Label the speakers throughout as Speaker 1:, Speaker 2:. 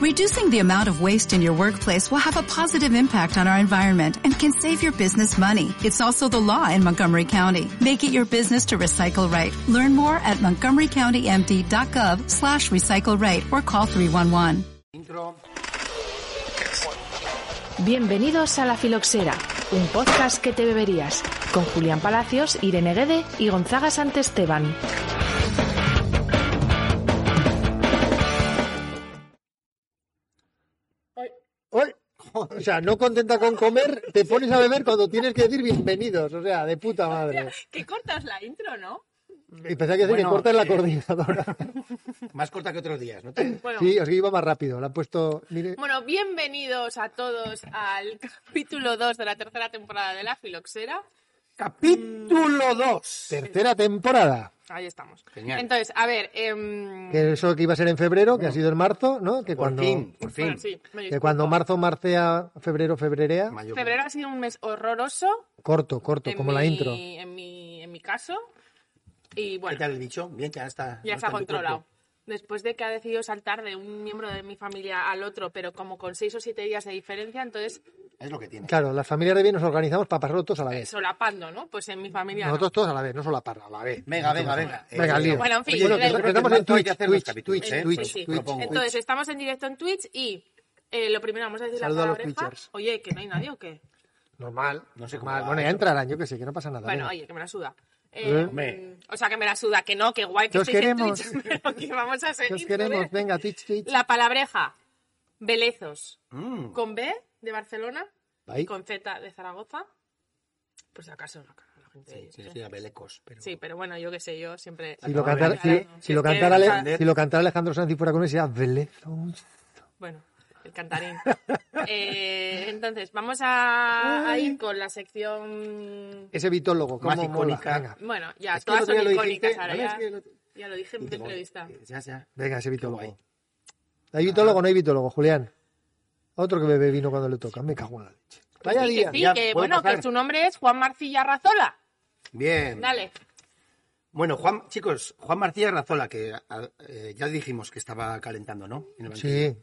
Speaker 1: Reducing the amount of waste in your workplace will have a positive impact on our environment and can save your business money. It's also the law in Montgomery County. Make it your business to recycle right. Learn more at montgomerycountymd.gov slash recycle right or call 311.
Speaker 2: Bienvenidos a La Filoxera, un podcast que te beberías, con Julián Palacios, Irene Guede y Gonzaga Santesteban.
Speaker 3: Hoy, o sea, no contenta con comer, te pones a beber cuando tienes que decir bienvenidos, o sea, de puta madre.
Speaker 4: Que cortas la intro, ¿no?
Speaker 3: Y pensaba que, decir que
Speaker 5: Bueno,
Speaker 3: cortas la
Speaker 5: eh.
Speaker 3: coordinadora.
Speaker 5: Más corta que otros días, ¿no? te-
Speaker 4: Bueno,
Speaker 3: Sí, o sea, iba más rápido, la han puesto... Mire,
Speaker 4: bueno, bienvenidos a todos al capítulo 2 de la tercera temporada de La Filoxera.
Speaker 5: Capítulo 2.
Speaker 3: tercera temporada,
Speaker 4: Ahí estamos.
Speaker 5: Genial.
Speaker 4: Entonces, a ver, em,
Speaker 3: que eso que iba a ser en febrero, que ha sido en marzo, ¿no? Que
Speaker 5: Mm. Por
Speaker 3: cuando,
Speaker 5: fin, por fin.
Speaker 4: bueno, sí, me
Speaker 3: que
Speaker 4: disculpo.
Speaker 3: cuando marzo marcea, febrero febrerea,
Speaker 5: Mayo.
Speaker 4: Febrero ha sido un mes horroroso,
Speaker 3: corto, corto,
Speaker 4: en
Speaker 3: como
Speaker 4: mi,
Speaker 3: la intro.
Speaker 4: En mi, en mi caso. Y
Speaker 5: ¿Qué
Speaker 4: bueno,
Speaker 5: tal el bicho? Bien, ya está. no
Speaker 4: ya se
Speaker 5: está
Speaker 4: ha
Speaker 5: en tu
Speaker 4: controlado.
Speaker 5: cuerpo.
Speaker 4: Después de que ha decidido saltar de un miembro de mi familia al otro, pero como con seis o siete días de diferencia, entonces
Speaker 5: Es lo que tiene.
Speaker 3: Claro, las familias de bien nos organizamos para pasarlo todos a la vez.
Speaker 4: solapando, ¿no? Pues en mi familia. no.
Speaker 3: Nosotros todos a la vez, no solo a parra, a la vez.
Speaker 5: Venga, venga, venga. Eh,
Speaker 3: Venga, lío.
Speaker 4: Bueno, en fin,
Speaker 5: Oye,
Speaker 4: da
Speaker 5: yo creo
Speaker 4: igual.
Speaker 5: que
Speaker 3: Estamos
Speaker 5: en
Speaker 3: en
Speaker 5: marzo hay que
Speaker 3: Twitch,
Speaker 5: hacer los
Speaker 3: Twitch,
Speaker 5: capítulos,
Speaker 3: Twitch,
Speaker 5: ¿eh?
Speaker 3: Twitch,
Speaker 5: Pues
Speaker 4: Sí, sí.
Speaker 5: propongo.
Speaker 4: Entonces, estamos en directo en Twitch y eh, lo primero vamos a decir
Speaker 3: Saludo a
Speaker 4: la
Speaker 3: los
Speaker 4: palabra
Speaker 3: Twitchers.
Speaker 4: Oye, que no hay nadie o qué?
Speaker 3: Normal,
Speaker 5: No sé cómo
Speaker 3: normal.
Speaker 5: va
Speaker 3: Bueno, ya
Speaker 5: eso.
Speaker 3: entrarán, yo que sé, que no pasa nada.
Speaker 4: Bueno,
Speaker 3: venga.
Speaker 4: oye, que me la suda. Eh,
Speaker 5: Hombre.
Speaker 4: O sea, que me la suda, que no, que guay que
Speaker 3: Que os
Speaker 4: estéis en
Speaker 3: queremos.
Speaker 4: Twitch, pero que vamos a seguir.
Speaker 3: Nos queremos,
Speaker 4: joder.
Speaker 3: venga, Twitch, Twitch.
Speaker 4: La palabreja, Belezos,
Speaker 5: Mm,
Speaker 4: con B de Barcelona,
Speaker 3: Ahí.
Speaker 4: con Z de Zaragoza, por si acaso no, la gente... ¿eh?
Speaker 5: Sí, sí, a Belecos, pero...
Speaker 4: Sí, pero bueno, yo qué sé, yo siempre...
Speaker 3: Si lo,
Speaker 5: Acababa
Speaker 3: cantara,
Speaker 4: de
Speaker 3: si,
Speaker 4: empezar, ¿no?
Speaker 3: si lo
Speaker 4: Es que,
Speaker 3: cantara,
Speaker 4: o
Speaker 3: Ale-
Speaker 4: sea-
Speaker 3: si lo cantara Alejandro Sanz y fuera con él, sería Belezo.
Speaker 4: Bueno, el cantarín. Eh, entonces, vamos a, a ir con la sección.
Speaker 3: Ese vitólogo, como
Speaker 5: Más icónica.
Speaker 3: Venga,
Speaker 4: Bueno, ya,
Speaker 5: Es que el
Speaker 4: todas
Speaker 5: otro día
Speaker 4: son
Speaker 5: lo
Speaker 4: icónicas
Speaker 5: dijiste,
Speaker 4: ahora.
Speaker 5: ¿no?
Speaker 4: Ya,
Speaker 5: Es que el otro-
Speaker 4: ya lo dije en
Speaker 5: Y
Speaker 4: mi
Speaker 5: digo,
Speaker 4: entrevista.
Speaker 5: Ya, ya.
Speaker 3: venga, ese vitólogo.
Speaker 5: guay.
Speaker 3: ¿Hay vitólogo o no hay vitólogo, Julián? Otro que bebe vino cuando le toca. Me cago en la leche. Vaya
Speaker 4: Y que
Speaker 3: día.
Speaker 4: sí,
Speaker 5: ya,
Speaker 4: que
Speaker 5: puede
Speaker 4: bueno,
Speaker 5: pasar.
Speaker 4: que su nombre es Juan Marcilla Razola.
Speaker 5: Bien.
Speaker 4: Dale.
Speaker 5: Bueno, Juan, chicos, Juan Martínez Razola, que a- eh, ya dijimos que estaba calentando, ¿no? En el banquillo.
Speaker 3: Sí,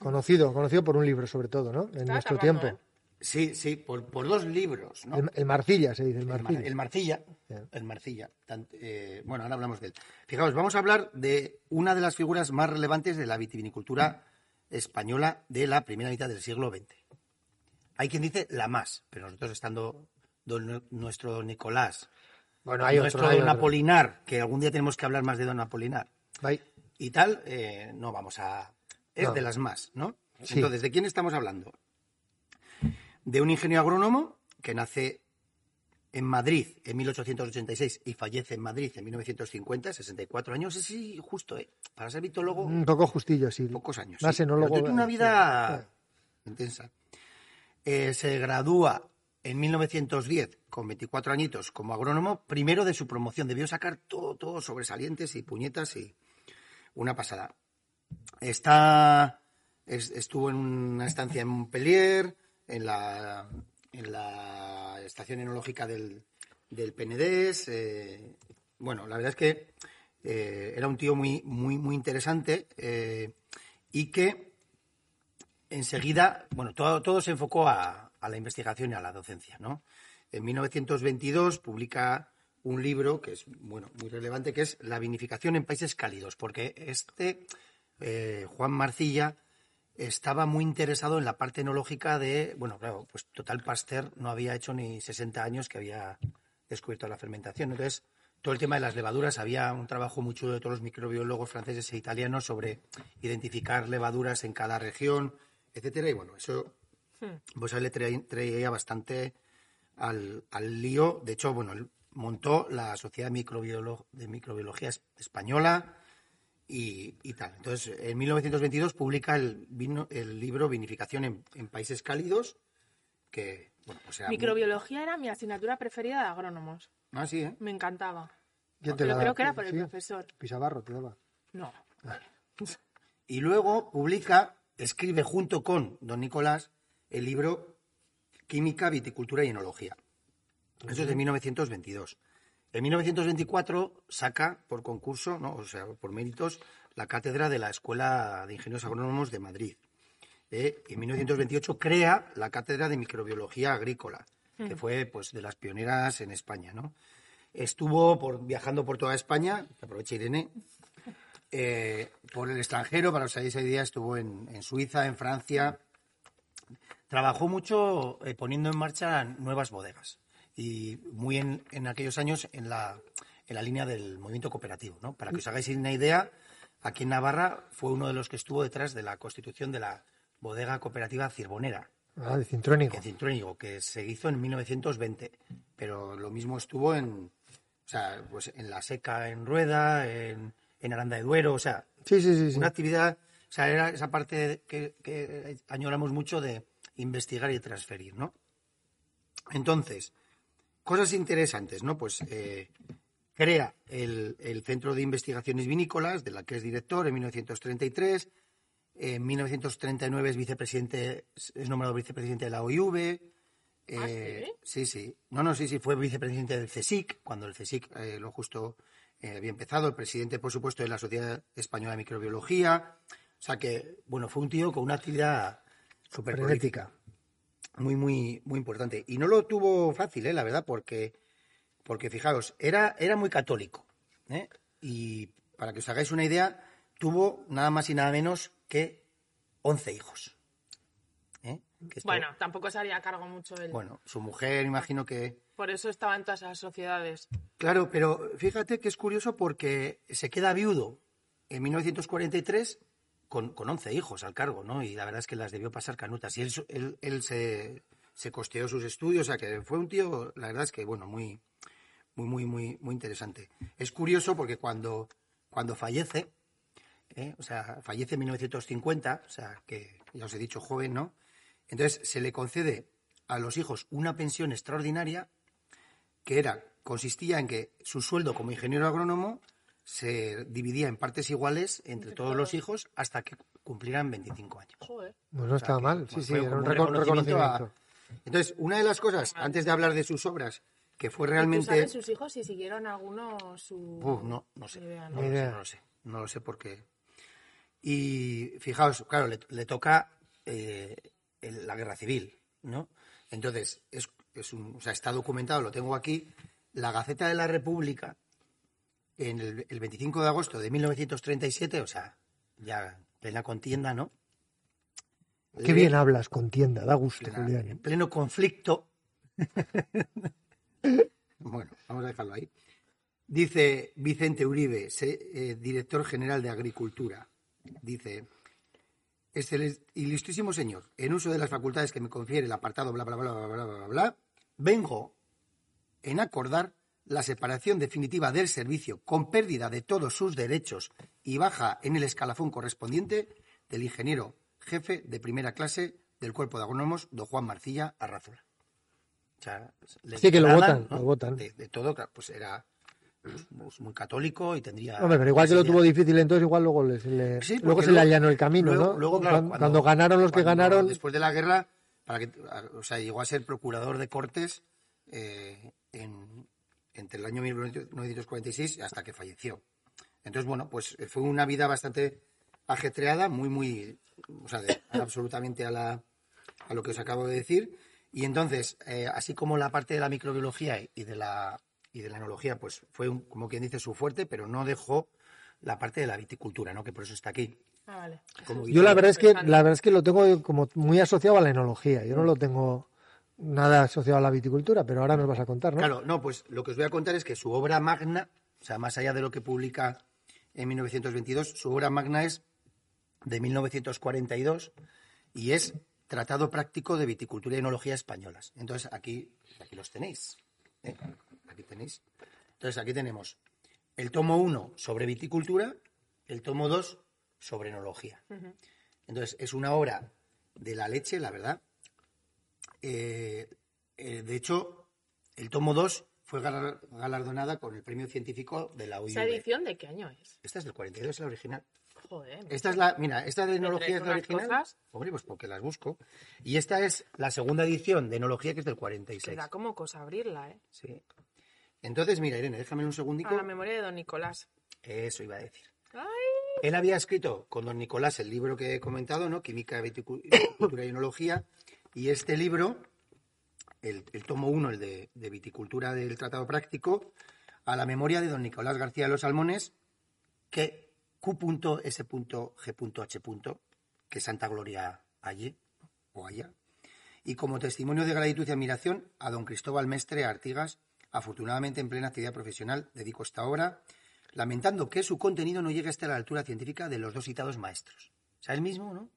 Speaker 3: conocido, conocido por un libro sobre todo, ¿no? En
Speaker 4: Está
Speaker 3: nuestro
Speaker 4: acabando, ¿eh?
Speaker 3: tiempo.
Speaker 5: Sí, sí, por, por dos libros, ¿no?
Speaker 3: El, el Marcilla, se dice, el
Speaker 5: El,
Speaker 3: Marcilla.
Speaker 5: Mar- el Marcilla.
Speaker 3: Ya.
Speaker 5: El Marcilla. Tan- eh, bueno, ahora hablamos de él. Fijaos, vamos a hablar de una de las figuras más relevantes de la vitivinicultura española de la primera mitad del siglo XX. Hay quien dice la más, pero nosotros estando don- nuestro don Nicolás,
Speaker 3: Bueno, hay
Speaker 5: nuestro
Speaker 3: otro. hay
Speaker 5: don
Speaker 3: otro.
Speaker 5: Apolinar, que algún día tenemos que hablar más de don Apolinar
Speaker 3: Ahí.
Speaker 5: y tal, eh, no vamos a... Es
Speaker 3: No.
Speaker 5: de las más, ¿no?
Speaker 3: Sí.
Speaker 5: Entonces, ¿de quién estamos hablando? De un ingeniero agrónomo que nace en Madrid en 1886 y fallece en Madrid en 1950, 64 años. Es sí, justo, ¿eh? Para ser mitólogo,
Speaker 3: Un poco justillo, sí.
Speaker 5: pocos años.
Speaker 3: Más
Speaker 5: sí.
Speaker 3: enólogo. eh,
Speaker 5: Pero tuvo una
Speaker 3: sí.
Speaker 5: vida intensa. Eh, se gradúa en 1910 con 24 añitos como agrónomo, primero de su promoción. Debió sacar todo, todo sobresalientes y puñetas y una pasada. Está, es- estuvo en una estancia en Montpellier, en la, en la estación enológica del, del Penedés. eh, bueno, la verdad es que eh, era un tío muy, muy, muy interesante eh, y que enseguida, bueno, todo, todo se enfocó a, a la investigación y a la docencia, ¿no? En 1922 publica un libro que es, bueno, muy relevante, que es La vinificación en países cálidos, porque este eh, Juan Marcilla estaba muy interesado en la parte enológica de, bueno, claro, pues Total Pasteur no había hecho ni 60 años que había descubierto la fermentación, entonces todo el tema de las levaduras, había un trabajo muy chulo de todos los microbiólogos franceses e italianos sobre identificar levaduras en cada región, etcétera, y bueno, eso pues a él le tra- traía bastante al, al lío. De hecho, bueno, él montó la Sociedad Microbiolo- de Microbiología Es- Española y, y tal. Entonces, en 1922 publica el, vino, el libro Vinificación en, en Países Cálidos, que, bueno, pues era... muy-
Speaker 4: Microbiología era mi asignatura preferida de agrónomos.
Speaker 5: Ah, sí, ¿eh?
Speaker 4: Me encantaba.
Speaker 3: Yo te
Speaker 4: Pero
Speaker 3: la-
Speaker 4: creo que era por el
Speaker 3: sí,
Speaker 4: profesor.
Speaker 3: Pisabarro te daba.
Speaker 4: No.
Speaker 5: Y luego publica, escribe junto con don Nicolás el libro Química, Viticultura y Enología. Eso es de 1922. En 1924 saca por concurso, ¿no? o sea, por méritos, la cátedra de la Escuela de Ingenieros Agrónomos de Madrid. Eh, y en 1928 crea la cátedra de microbiología agrícola, que fue pues de las pioneras en España, ¿no? Estuvo por, viajando por toda España, aprovecha Irene, eh, por el extranjero, para os hagáis idea, estuvo en, en Suiza, en Francia. Trabajó mucho eh, poniendo en marcha nuevas bodegas y muy en, en aquellos años en la, en la línea del movimiento cooperativo. ¿no? Para que os hagáis una idea, aquí en Navarra fue uno de los que estuvo detrás de la constitución de la bodega cooperativa cirbonera
Speaker 3: Ah, de Cintrónico.
Speaker 5: en Cintrónigo, que se hizo en 1920, pero lo mismo estuvo en, o sea, pues en La Seca, en Rueda, en, en Aranda de Duero, o sea,
Speaker 3: Sí, sí, sí. sí.
Speaker 5: una actividad, o sea, era esa parte que, que añoramos mucho de investigar y transferir, ¿no? Entonces, cosas interesantes, ¿no? Pues eh, crea el, el Centro de Investigaciones Vinícolas, de la que es director en 1933. En 1939 es vicepresidente, es nombrado vicepresidente de la OIV. Eh, sí, sí. No, no, sí, sí, fue vicepresidente del CSIC, cuando el CSIC eh, lo justo eh, había empezado. El presidente, por supuesto, de la Sociedad Española de Microbiología. O sea que, bueno, fue un tío con una actividad súper
Speaker 3: Frenética.
Speaker 5: Muy, muy, muy importante. Y no lo tuvo fácil, eh, la verdad, porque, porque fijaros, era, era muy católico. ¿eh? Y para que os hagáis una idea, tuvo nada más y nada menos que 11 hijos. ¿eh? Que esto-
Speaker 4: Bueno, tampoco se haría cargo mucho él.
Speaker 5: bueno, su mujer, imagino que.
Speaker 4: Por eso estaba en todas las sociedades.
Speaker 5: Claro, pero fíjate que es curioso porque se queda viudo en 1943 con, con 11 hijos al cargo, ¿no? Y la verdad es que las debió pasar canutas. Y él, su- él, él se, se costeó sus estudios, o sea que fue un tío, la verdad es que, bueno, muy, muy, muy, muy, muy interesante. Es curioso porque cuando, cuando fallece, ¿eh? o sea, fallece en 1950, o sea, que ya os he dicho joven, ¿no? Entonces se le concede a los hijos una pensión extraordinaria que era, consistía en que su sueldo como ingeniero agrónomo se dividía en partes iguales entre todos los hijos hasta que cumplieran 25 años.
Speaker 4: Joder.
Speaker 3: Pues no estaba mal. Sí,
Speaker 5: Bueno,
Speaker 3: sí,
Speaker 5: fue
Speaker 3: era
Speaker 5: como
Speaker 3: un reco-
Speaker 5: reconocimiento a-
Speaker 3: reconocimiento.
Speaker 5: Entonces, una de las cosas, antes de hablar de sus obras, que fue
Speaker 4: ¿Tú
Speaker 5: realmente...
Speaker 4: sabes sus hijos si siguieron alguno su...
Speaker 5: Uf, no, no sé.
Speaker 4: Ni idea,
Speaker 5: No
Speaker 4: ¿no?
Speaker 5: lo sé,
Speaker 3: idea.
Speaker 5: no lo sé. No lo sé por qué. Y fijaos, claro, le, le toca eh, el- la guerra civil, ¿no? Entonces, es, es un, o sea, está documentado, lo tengo aquí, la Gaceta de la República, en el, el 25 de agosto de 1937, o sea, ya plena contienda, ¿no?
Speaker 3: Qué
Speaker 5: Le-
Speaker 3: bien hablas, contienda, da gusto,
Speaker 5: plena- en
Speaker 3: Julián. ¿eh?
Speaker 5: pleno conflicto. bueno, vamos a dejarlo ahí. Dice Vicente Uribe, se- eh, director general de Agricultura. Dice, "Excelen- ilustrísimo señor, en uso de las facultades que me confiere el apartado bla, bla, bla, bla, bla, bla, bla, vengo en acordar la separación definitiva del servicio con pérdida de todos sus derechos y baja en el escalafón correspondiente del ingeniero jefe de primera clase del cuerpo de agrónomos, don Juan Marcilla Arrázula. O sea, le
Speaker 3: Sí, que lo
Speaker 5: degradan,
Speaker 3: votan, lo votan.
Speaker 5: De, de todo, claro, pues era pues, pues, muy católico y tendría...
Speaker 3: Hombre, pero igual que lo
Speaker 5: ideas.
Speaker 3: tuvo difícil, entonces igual luego, les- le-
Speaker 5: eh. Sí,
Speaker 3: luego
Speaker 5: porque
Speaker 3: se le allanó el camino,
Speaker 5: luego-
Speaker 3: ¿no?
Speaker 5: luego, claro,
Speaker 3: Cuan- cuando, ganaron los que
Speaker 5: cuando-
Speaker 3: ganaron,
Speaker 5: Después de la guerra, para que, o sea, llegó a ser procurador de Cortes eh, en- entre el año 1946 hasta que falleció. Entonces, bueno, pues eh, fue una vida bastante ajetreada, muy, muy, o sea, de- absolutamente a, la, a lo que os acabo de decir. Y entonces, eh, así como la parte de la microbiología y de la, y de la enología, pues fue, un- como quien dice, su fuerte, pero no dejó la parte de la viticultura, ¿no? Que por eso está aquí.
Speaker 4: Ah, vale.
Speaker 5: Como
Speaker 3: yo la verdad es que
Speaker 4: interesante.
Speaker 3: la verdad es que lo tengo como muy asociado a la enología. Yo no lo tengo nada asociado a la viticultura, pero ahora nos vas a contar, ¿no?
Speaker 5: Claro, no, pues lo que os voy a contar es que su obra magna, o sea, más allá de lo que publica en 1922, su obra magna es de 1942 y es Tratado Práctico de Viticultura y Enología Españolas. Entonces, aquí, aquí los tenéis. ¿eh? Aquí tenéis. Entonces, aquí tenemos el tomo 1 sobre viticultura, el tomo 2 sobre enología. Entonces, es una obra de la leche, la verdad. Eh, eh, de hecho, el tomo 2 fue galar- galardonada con el premio científico de la
Speaker 4: ¿Esa
Speaker 5: OIV.
Speaker 4: edición de qué año es?
Speaker 5: Esta es del 42, la original.
Speaker 4: Joder.
Speaker 5: Esta es la, mira, esta de enología es
Speaker 4: traes
Speaker 5: la
Speaker 4: unas
Speaker 5: original.
Speaker 4: cosas?
Speaker 5: Hombre, pues porque las busco. Y esta es la segunda edición de enología que es del
Speaker 4: Que
Speaker 5: 46.
Speaker 4: da como cosa abrirla, ¿eh?
Speaker 5: Sí. Entonces, mira, Irene, déjame un segundico.
Speaker 4: A la memoria de don Nicolás.
Speaker 5: Eso iba a decir.
Speaker 4: ¡Ay!
Speaker 5: Él había escrito con don Nicolás el libro que he comentado, ¿no? Química, Viticu- Viticultura y Enología. Y este libro, el, el tomo 1, el de, de Viticultura del Tratado Práctico, a la memoria de don Nicolás García de los Salmones, que Q.S.G.H. que Santa Gloria allí, o allá, y como testimonio de gratitud y admiración a don Cristóbal Mestre Artigas, afortunadamente en plena actividad profesional, dedico esta obra, lamentando que su contenido no llegue hasta la altura científica de los dos citados maestros. O sea, él mismo, ¿no?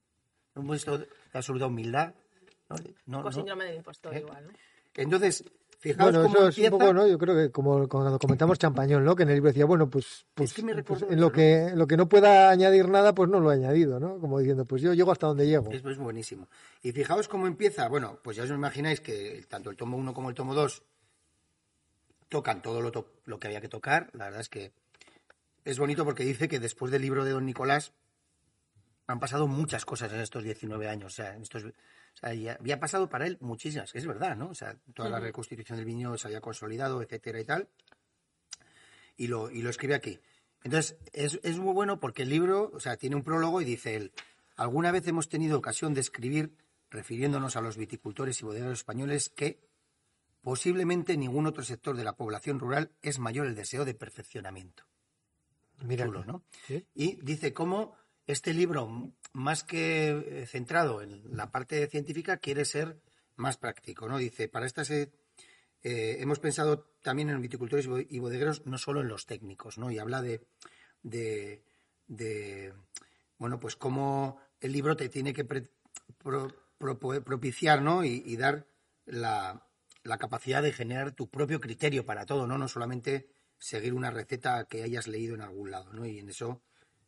Speaker 5: Un muestro de absoluta humildad. ¿no? No,
Speaker 4: Con
Speaker 5: no.
Speaker 4: síndrome del impostor
Speaker 5: ¿Eh?
Speaker 4: igual, ¿no?
Speaker 5: Entonces, fijaos
Speaker 3: Bueno,
Speaker 5: cómo
Speaker 3: eso es
Speaker 5: empieza...
Speaker 3: un poco, ¿no? Yo creo que como cuando comentamos Champañón, ¿no? Que en el libro decía, bueno, pues, pues,
Speaker 5: Es que me
Speaker 3: pues,
Speaker 5: recuerdo
Speaker 3: en
Speaker 5: eso,
Speaker 3: lo
Speaker 5: ¿no?
Speaker 3: que, lo que no pueda añadir nada, pues no lo he añadido, ¿no? Como diciendo, pues yo llego hasta donde llego.
Speaker 5: Es, es buenísimo. Y fijaos cómo empieza. Bueno, pues ya os imagináis que el- tanto el tomo 1 como el tomo 2 tocan todo lo, to- lo que había que tocar. La verdad es que es bonito porque dice que después del libro de Don Nicolás han pasado muchas cosas en estos 19 años. O sea, en estos, o sea, y había pasado para él muchísimas, que es verdad, ¿no? O sea, toda la reconstitución del viñedo se había consolidado, etcétera y tal. Y lo, y lo escribe aquí. Entonces, es, es muy bueno porque el libro, o sea, tiene un prólogo y dice él, alguna vez hemos tenido ocasión de escribir, refiriéndonos a los viticultores y bodegueros españoles, que posiblemente en ningún otro sector de la población rural es mayor el deseo de perfeccionamiento.
Speaker 3: Mira,
Speaker 5: Chulo, ¿no?
Speaker 3: Sí.
Speaker 5: Y dice cómo este libro, m- más que eh, centrado en la parte científica, quiere ser más práctico, ¿no? Dice, para esta se- eh, hemos pensado también en viticultores y bo- y bodegueros, no solo en los técnicos, ¿no? Y habla de, de, de, bueno, pues cómo el libro te tiene que pre- pro- propo- propiciar, ¿no? Y, y dar la, la capacidad de generar tu propio criterio para todo, ¿no? No solamente seguir una receta que hayas leído en algún lado, ¿no? Y en eso,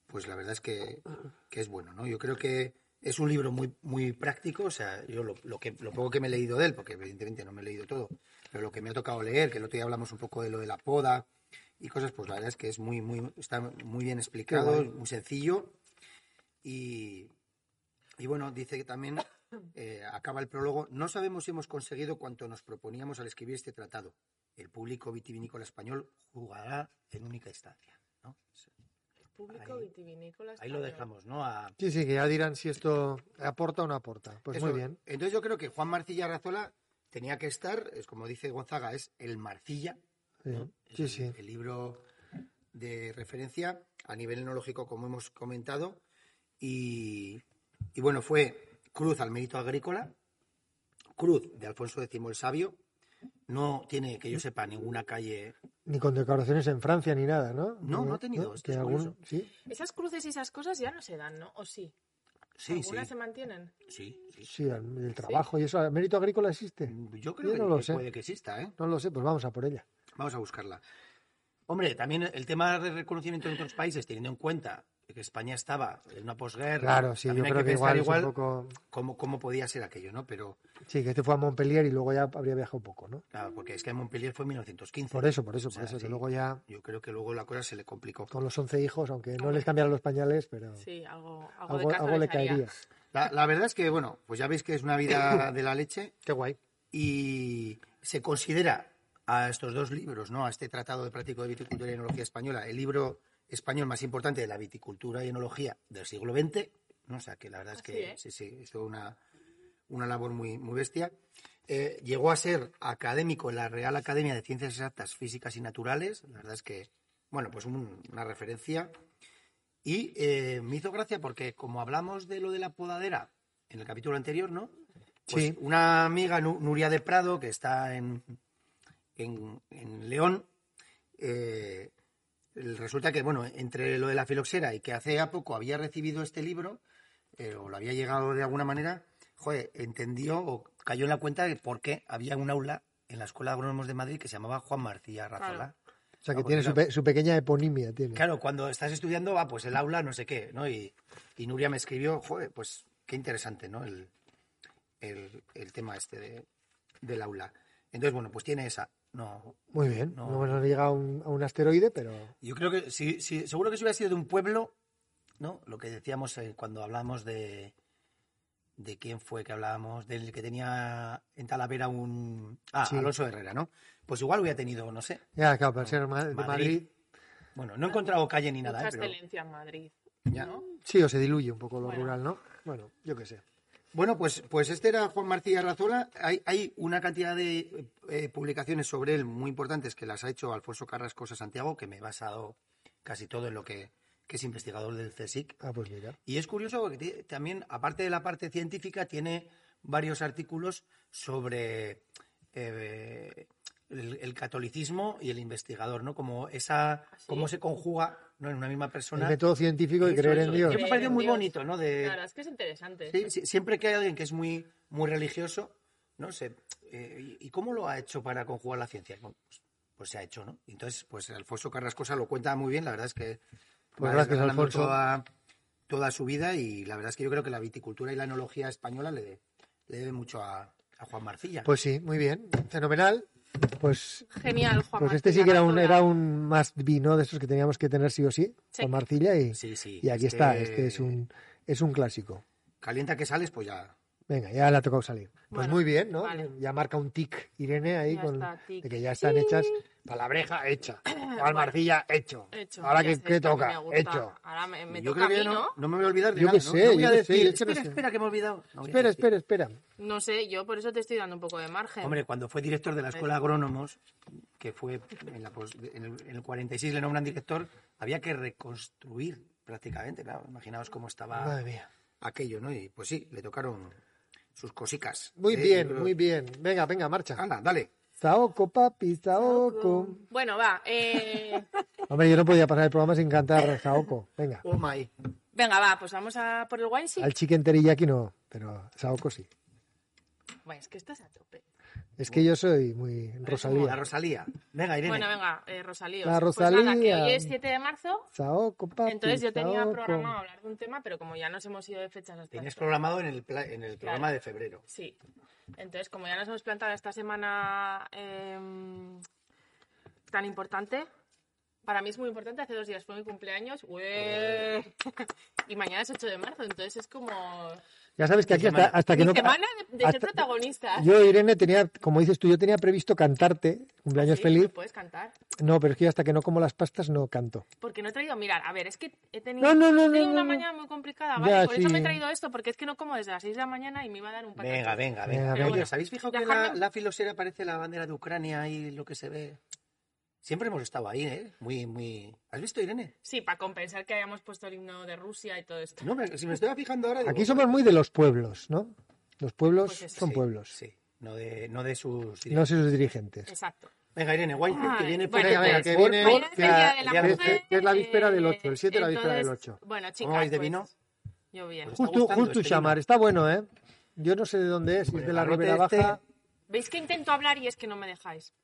Speaker 5: pues la verdad es que, que es bueno, ¿no? Yo creo que es un libro muy, muy práctico, o sea, yo lo, lo que, lo poco que me he leído de él, porque evidentemente no me he leído todo, pero lo que me ha tocado leer, que el otro día hablamos un poco de lo de la poda y cosas, pues la verdad es que es muy, muy, está muy bien explicado, muy sencillo y, y bueno, dice que también eh, acaba el prólogo. No sabemos si hemos conseguido cuanto nos proponíamos al escribir este tratado. El público vitivinícola español jugará en única instancia. ¿no?
Speaker 4: Público
Speaker 5: Ahí-
Speaker 4: vitivinícola
Speaker 5: Ahí lo
Speaker 4: español.
Speaker 5: dejamos, ¿no? A-
Speaker 3: Sí, sí, que ya dirán si esto aporta o no aporta. Pues
Speaker 5: Eso.
Speaker 3: muy bien.
Speaker 5: Entonces yo creo que Juan Marcilla Razola tenía que estar, es como dice Gonzaga, es el Marcilla,
Speaker 3: Sí,
Speaker 5: ¿no?
Speaker 3: sí.
Speaker 5: el,
Speaker 3: sí.
Speaker 5: el libro de referencia a nivel enológico, como hemos comentado. Y, y bueno, fue Cruz al mérito agrícola, Cruz de Alfonso X el Sabio. No tiene, que yo sepa, ninguna calle.
Speaker 3: Ni con decoraciones en Francia ni nada, ¿no?
Speaker 5: No, no ha tenido, es que
Speaker 3: Que
Speaker 5: es
Speaker 3: algún-
Speaker 5: curioso.
Speaker 3: sí.
Speaker 4: Esas cruces y esas cosas ya no se dan, ¿no? ¿O sí?
Speaker 5: Sí, sí,
Speaker 4: ¿Algunas se mantienen?
Speaker 5: sí, sí.
Speaker 3: Sí, al- el trabajo y eso. ¿El mérito agrícola existe?
Speaker 5: Yo creo
Speaker 3: Yo no
Speaker 5: que-
Speaker 3: lo
Speaker 5: que
Speaker 3: sé.
Speaker 5: puede que exista, ¿eh?
Speaker 3: No lo sé, pues vamos a por ella.
Speaker 5: Vamos a buscarla. Hombre, también el tema de reconocimiento en otros países, teniendo en cuenta que España estaba en una posguerra.
Speaker 3: Claro, sí, yo
Speaker 5: también hay
Speaker 3: creo que,
Speaker 5: pensar
Speaker 3: igual, es un poco...
Speaker 5: cómo, cómo podía ser aquello, ¿no? Pero,
Speaker 3: Sí, que este fue a Montpellier y luego ya habría viajado un poco, ¿no?
Speaker 5: claro, porque es que Montpellier fue en 1915.
Speaker 3: Por eso, por eso,
Speaker 5: O
Speaker 3: por
Speaker 5: sea,
Speaker 3: eso, que
Speaker 5: sí.
Speaker 3: luego ya
Speaker 5: Yo creo que luego la cosa se le complicó.
Speaker 3: con los 11 hijos, aunque no les cambiaran los pañales, pero
Speaker 4: Sí, algo, algo, de
Speaker 3: algo,
Speaker 4: caza
Speaker 3: algo le
Speaker 4: les haría.
Speaker 3: caería.
Speaker 5: La, la verdad es que, bueno, pues ya veis que es una vida de la leche
Speaker 3: Qué guay.
Speaker 5: y se considera a estos dos libros, ¿no? A este Tratado de Práctico de Viticultura y Enología Española, el libro español más importante de la viticultura y enología del siglo XX, ¿no? O sea, que la verdad es
Speaker 4: Así
Speaker 5: que
Speaker 4: es.
Speaker 5: sí, sí, hizo una, una labor muy, muy bestia. Eh, llegó a ser académico en la Real Academia de Ciencias Exactas, Físicas y Naturales, la verdad es que, bueno, pues un- una referencia. Y eh, me hizo gracia porque, como hablamos de lo de la podadera en el capítulo anterior, ¿no? Pues
Speaker 3: Sí.
Speaker 5: una amiga, Nu- Nuria de Prado, que está en, en, en León, eh, el- resulta que, bueno, entre lo de la filoxera y que hace a poco había recibido este libro, eh, o lo había llegado de alguna manera, joder, entendió o cayó en la cuenta de por qué había un aula en la Escuela de Agrónomos de Madrid que se llamaba Juan Marcilla Razola.
Speaker 3: O sea, que
Speaker 5: Ah, porque
Speaker 3: tiene su,
Speaker 5: claro.
Speaker 3: pe- su pequeña eponimia. tiene.
Speaker 5: Claro, cuando estás estudiando, va, pues el aula, no sé qué, ¿no? Y, y Nuria me escribió, joder, pues qué interesante, ¿no? El, el, el tema este de- del aula. Entonces, bueno, pues tiene esa. No,
Speaker 3: Muy bien.
Speaker 5: No.
Speaker 3: No, nos llega a un, a un asteroide, pero
Speaker 5: yo creo que si, si- seguro que si hubiera sido de un pueblo, ¿no? Lo que decíamos eh, cuando hablamos de de quién fue que hablábamos, del que tenía en Talavera un ah,
Speaker 3: Sí.
Speaker 5: Alonso Herrera, ¿no? Pues igual hubiera tenido, no sé.
Speaker 3: ya, claro, para ser ma- de
Speaker 5: Madrid.
Speaker 3: Madrid,
Speaker 5: Bueno, no he encontrado calle ni nada,
Speaker 4: Mucha
Speaker 5: ¿eh? pero
Speaker 4: excelencia en Madrid.
Speaker 5: Ya.
Speaker 3: Sí, o se diluye un poco lo
Speaker 4: Bueno.
Speaker 3: rural, ¿no? Bueno, yo qué sé.
Speaker 5: Bueno, pues, pues este era Juan Marcía Razuela. Hay, hay una cantidad de eh, publicaciones sobre él muy importantes que las ha hecho Alfonso Carrascosa Santiago, que me he basado casi todo en lo que, que es investigador del CSIC.
Speaker 3: Ah, pues mira.
Speaker 5: Y es curioso porque ti- también, aparte de la parte científica, tiene varios artículos sobre eh, el, el catolicismo y el investigador, ¿no? Como esa,
Speaker 3: ¿Ah,
Speaker 5: cómo se conjuga ¿no? en una misma
Speaker 3: El
Speaker 5: persona.
Speaker 3: método científico de
Speaker 5: Eso,
Speaker 3: creer
Speaker 5: eso.
Speaker 3: en Dios.
Speaker 5: Yo me pareció muy
Speaker 4: Dios.
Speaker 5: bonito, ¿no? De,
Speaker 4: La verdad es que es interesante.
Speaker 5: Sí, sí, siempre que hay alguien que es muy, muy religioso, no sé, eh, ¿y y cómo lo ha hecho para conjugar la ciencia? Bueno, Pues, pues se ha hecho, ¿no? Entonces, pues Alfonso Carrascosa lo cuenta muy bien, la verdad es que
Speaker 3: Pues
Speaker 5: va
Speaker 3: gracias,
Speaker 5: desgranando
Speaker 3: Alfonso.
Speaker 5: Toda, toda su vida y la verdad es que yo creo que la viticultura y la enología española le, le debe mucho a, a Juan Marcilla.
Speaker 3: Pues sí, muy bien. Fenomenal. Pues,
Speaker 4: Genial, Juan.
Speaker 3: pues este
Speaker 4: Martín
Speaker 3: sí que era un,
Speaker 4: Arrazola.
Speaker 3: era un must be, ¿no? De esos que teníamos que tener sí o sí,
Speaker 4: Sí.
Speaker 3: con Marcilla. Y,
Speaker 5: sí, sí.
Speaker 3: y aquí está. Este es un, es un clásico.
Speaker 5: Calienta que sales, pues ya.
Speaker 3: Venga, ya le ha tocado salir. Pues
Speaker 4: Bueno,
Speaker 3: muy bien, ¿no?
Speaker 4: vale.
Speaker 3: Ya marca un tic, Irene, ahí
Speaker 4: Ya
Speaker 3: con
Speaker 4: está, tic.
Speaker 3: de que ya están hechas. Palabreja hecha. Al Marcilla hecho.
Speaker 4: Hecho,
Speaker 3: Ahora
Speaker 4: ya
Speaker 3: que,
Speaker 4: sé,
Speaker 3: que
Speaker 4: esto a mí me
Speaker 3: toca,
Speaker 4: gusta.
Speaker 3: hecho.
Speaker 4: Ahora me, me
Speaker 5: yo
Speaker 4: toca a
Speaker 5: creo que
Speaker 4: mí,
Speaker 5: ya
Speaker 4: ¿no?
Speaker 5: no, no me voy a olvidar de
Speaker 3: Yo
Speaker 5: nada,
Speaker 3: qué
Speaker 5: ¿no?
Speaker 3: sé,
Speaker 5: No voy a
Speaker 3: yo qué sé,
Speaker 5: decir,
Speaker 3: yo qué
Speaker 5: espera,
Speaker 3: sé.
Speaker 5: espera, que me he olvidado. No voy a
Speaker 3: Espera,
Speaker 5: decir.
Speaker 3: espera, espera.
Speaker 4: No sé, yo por eso te estoy dando un poco de margen.
Speaker 5: Hombre, cuando fue director de la Escuela de Agrónomos, que fue en, la pos- en el, en el 46 le nombran director, había que reconstruir prácticamente, claro, imaginaos cómo estaba
Speaker 3: Madre mía.
Speaker 5: aquello, ¿no? Y pues sí, le tocaron sus cosicas.
Speaker 3: Muy
Speaker 5: ¿eh?
Speaker 3: bien,
Speaker 5: Yo creo-
Speaker 3: muy bien. Venga, venga, marcha.
Speaker 4: Ah.
Speaker 5: Anda, dale.
Speaker 3: Saoco, papi, saoco.
Speaker 4: Bueno, va. eh,
Speaker 3: Hombre, yo no podía pasar el programa sin cantar saoco. Venga.
Speaker 5: Oh my.
Speaker 4: venga, va, pues vamos a por el wine sí.
Speaker 3: Al chicken teriyaki no, pero saoco sí.
Speaker 4: Bueno, es que estás a tope.
Speaker 3: Es que yo soy muy
Speaker 5: La
Speaker 3: Rosalía.
Speaker 5: Rosalía. Venga, Irene.
Speaker 4: Bueno, venga, eh, Rosalío.
Speaker 3: La
Speaker 4: Pues nada, que
Speaker 3: Rosalía. Ah,
Speaker 4: hoy es 7 de marzo,
Speaker 3: Saoco, papi,
Speaker 4: entonces yo tenía
Speaker 3: saoco.
Speaker 4: programado hablar de un tema, pero como ya nos hemos ido de fechas hasta
Speaker 5: Tenías
Speaker 4: esto-
Speaker 5: programado en el, pla- en el programa de febrero.
Speaker 4: Sí. Entonces, como ya nos hemos plantado esta semana eh, tan importante, para mí es muy importante, hace dos días fue mi cumpleaños, ¡Ué! y mañana es 8 de marzo, entonces es como
Speaker 3: Ya sabes que aquí hasta,
Speaker 5: semana.
Speaker 3: hasta que
Speaker 4: mi
Speaker 3: no...
Speaker 4: semana de, de ser
Speaker 3: hasta-
Speaker 4: protagonista.
Speaker 3: Yo, Irene, tenía, como dices tú, yo tenía previsto cantarte, cumpleaños
Speaker 4: ¿Ah, Sí,
Speaker 3: feliz.
Speaker 4: me puedes cantar.
Speaker 3: No, pero es que yo hasta que no como las pastas no canto.
Speaker 4: Porque no he traído, mirar, a ver, es que he tenido,
Speaker 3: No, no, no,
Speaker 4: he tenido
Speaker 3: no,
Speaker 4: una
Speaker 3: no.
Speaker 4: mañana muy complicada,
Speaker 3: Ya,
Speaker 4: ¿vale? Por eso
Speaker 3: sí.
Speaker 4: me he traído esto, porque es que no como desde las 6 de la mañana y me iba a dar un patazo.
Speaker 5: Venga, venga,
Speaker 3: Venga,
Speaker 5: venga.
Speaker 3: venga.
Speaker 5: Oye, ¿os habéis fijado que la,
Speaker 4: Dejarme-
Speaker 5: la filosera parece la bandera de Ucrania y lo que se ve? Siempre hemos estado ahí, ¿eh? Muy, muy... ¿Has visto, Irene?
Speaker 4: Sí, para compensar que hayamos puesto el himno de Rusia y todo esto.
Speaker 5: No, me- si me estoy fijando ahora... digo,
Speaker 3: Aquí somos muy de los pueblos, ¿no? Los pueblos
Speaker 4: Pues eso,
Speaker 3: son
Speaker 5: Sí,
Speaker 3: pueblos.
Speaker 5: Sí, no de, no de sus...
Speaker 3: No sé sus dirigentes.
Speaker 4: Exacto.
Speaker 5: Venga, Irene, guay, que
Speaker 4: Ay,
Speaker 5: viene
Speaker 4: bueno, pues,
Speaker 5: por-
Speaker 4: venga,
Speaker 5: por-
Speaker 3: que
Speaker 5: por-
Speaker 3: viene-
Speaker 5: por-
Speaker 4: Mañana es el Día de la
Speaker 5: ya-
Speaker 4: Mujer,
Speaker 3: que es la víspera del
Speaker 4: eh,
Speaker 3: ocho, el siete de la víspera del
Speaker 4: entonces,
Speaker 3: ocho.
Speaker 4: Bueno, chicas,
Speaker 5: ¿Cómo vais de
Speaker 4: pues,
Speaker 5: vino?
Speaker 4: Yo bien.
Speaker 5: Pues- está
Speaker 3: Justo,
Speaker 5: gustando
Speaker 3: justo
Speaker 5: este
Speaker 3: llamar,
Speaker 5: vino.
Speaker 3: está bueno, ¿eh? Yo no sé de dónde es, si
Speaker 5: por
Speaker 3: es
Speaker 5: el
Speaker 3: Pues de la
Speaker 5: garrote
Speaker 3: Ribera
Speaker 5: este,
Speaker 3: Baja.
Speaker 4: ¿Veis que intento hablar y es que no me dejáis?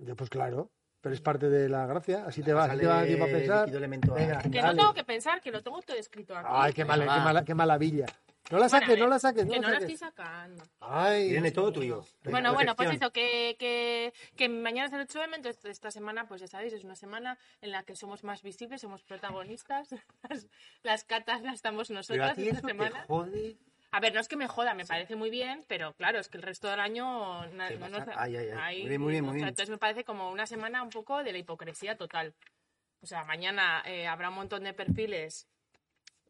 Speaker 3: Ya, Pues claro, pero es parte de la gracia, así te
Speaker 5: Acá
Speaker 3: va, así te va
Speaker 5: sale
Speaker 3: tiempo a pensar.
Speaker 5: líquido elemental.
Speaker 3: Venga,
Speaker 4: Que
Speaker 3: dale.
Speaker 4: no tengo que pensar, que lo tengo todo escrito aquí.
Speaker 3: Ay, qué,
Speaker 5: este.
Speaker 3: mala,
Speaker 5: Venga,
Speaker 3: qué,
Speaker 5: va.
Speaker 3: mala, qué maravilla. No la
Speaker 4: Bueno, a
Speaker 3: saques, no
Speaker 4: ver,
Speaker 3: la saques, no
Speaker 4: Que
Speaker 3: la
Speaker 4: no la estoy
Speaker 3: saques.
Speaker 4: sacando.
Speaker 3: Ay,
Speaker 5: Irene, todo tuyo.
Speaker 4: Bueno, bueno, pues
Speaker 5: perfección.
Speaker 4: eso, que, que, que mañana es el 8M, entonces esta semana, pues ya sabéis, es una semana en la que somos más visibles, somos protagonistas, las, las catas las damos
Speaker 5: Pero a
Speaker 4: nosotras
Speaker 5: ti
Speaker 4: esta
Speaker 5: eso te
Speaker 4: semana.
Speaker 5: jode...
Speaker 4: A ver, no es que me joda, me parece muy bien, pero claro, es que el resto del año... na-
Speaker 5: ¿Qué
Speaker 4: no
Speaker 5: pasa?
Speaker 4: nos-
Speaker 5: Ay, ay, ay.
Speaker 4: ahí
Speaker 5: Muy bien, muy bien,
Speaker 4: no-
Speaker 5: muy
Speaker 4: o sea,
Speaker 5: bien.
Speaker 4: Entonces me parece como una semana un poco de la hipocresía total. O sea, mañana eh, habrá un montón de perfiles,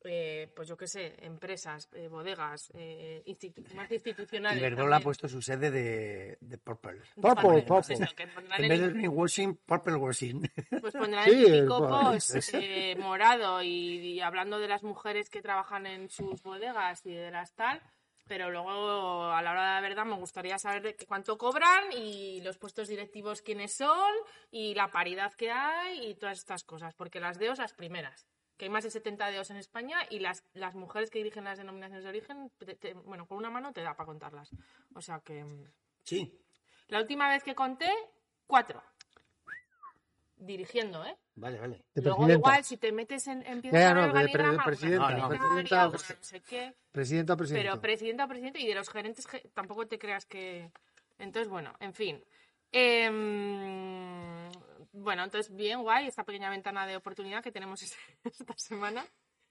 Speaker 4: eh, pues yo qué sé, empresas, eh, bodegas, eh, institu- más institucionales.
Speaker 5: Iberdrola ha
Speaker 4: también.
Speaker 5: puesto su sede de, de Purple.
Speaker 3: Papo,
Speaker 4: Bueno, pues
Speaker 3: papo.
Speaker 4: eso, que pondrán
Speaker 5: En
Speaker 4: el-
Speaker 5: vez de greenwashing, Purple washing.
Speaker 4: Pues pondrán
Speaker 3: Sí,
Speaker 4: el típico
Speaker 3: el-
Speaker 4: post eh, morado y, y hablando de las mujeres que trabajan en sus bodegas y de las tal, pero luego a la hora de la verdad me gustaría saber de qué- cuánto cobran y los puestos directivos quiénes son y la paridad que hay y todas estas cosas, porque las DEOs las primeras, que hay más de 70 DEOs en España y las, las mujeres que dirigen las denominaciones de origen, te- te- bueno, con una mano te da para contarlas. O sea que... mm,
Speaker 5: Sí,
Speaker 4: La última vez que conté, cuatro. Dirigiendo, ¿eh?
Speaker 5: vale, vale.
Speaker 3: de
Speaker 4: Luego
Speaker 3: presidenta.
Speaker 4: igual si te metes en empiezas
Speaker 3: Ya,
Speaker 4: a ver
Speaker 3: no, de pre-
Speaker 4: organigrama, alguna
Speaker 3: presidenta,
Speaker 5: no, no,
Speaker 4: secretaria, alguna
Speaker 3: presidenta,
Speaker 4: no sé qué,
Speaker 3: Presidenta, presidenta.
Speaker 4: pero presidenta, presidente y de los gerentes ge- tampoco te creas que entonces bueno, en fin. Em, bueno, entonces bien guay esta pequeña ventana de este, oportunidad que tenemos esta semana,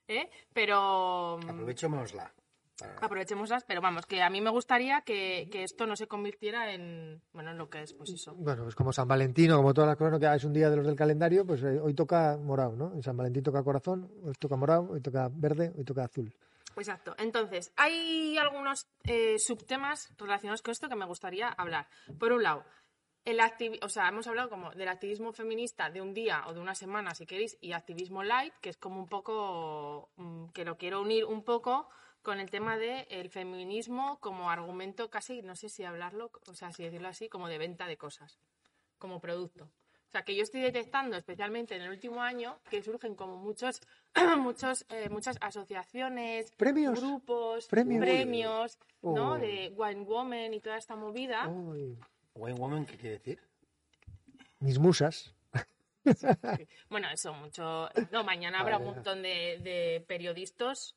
Speaker 4: ¿eh? Pero mm,
Speaker 5: Aprovechémosla.
Speaker 4: Aprovechémoslas, pero vamos, que a mí me gustaría que, que esto no se convirtiera en, bueno, en lo que es, pues eso.
Speaker 3: Bueno, pues como San Valentino, como todas las cosas, ¿no? que es un día de los del calendario, pues eh, hoy toca morado, ¿no? En San Valentín toca corazón, hoy toca morado, hoy toca verde, hoy toca azul.
Speaker 4: Exacto. Entonces, hay algunos eh, subtemas relacionados con esto que me gustaría hablar. Por un lado, el activi- o sea, hemos hablado como del activismo feminista de un día o de una semana, si queréis, y activismo light, que es como un poco, mm, que lo quiero unir un poco con el tema del feminismo como argumento casi, no sé si hablarlo, o sea, si decirlo así, como de venta de cosas, como producto. O sea, que yo estoy detectando, especialmente en el último año, que surgen como muchos, muchos, eh, muchas asociaciones,
Speaker 3: Premios.
Speaker 4: grupos,
Speaker 3: Premios.
Speaker 4: premios,
Speaker 3: Uy.
Speaker 4: ¿no?
Speaker 3: Oh.
Speaker 4: De Wine Woman y toda esta movida.
Speaker 3: Uy,
Speaker 5: Wayne Woman, ¿qué quiere decir?
Speaker 3: Mis musas.
Speaker 4: Bueno, eso, mucho. No, mañana habrá un
Speaker 3: Vale.
Speaker 4: montón de, de periodistas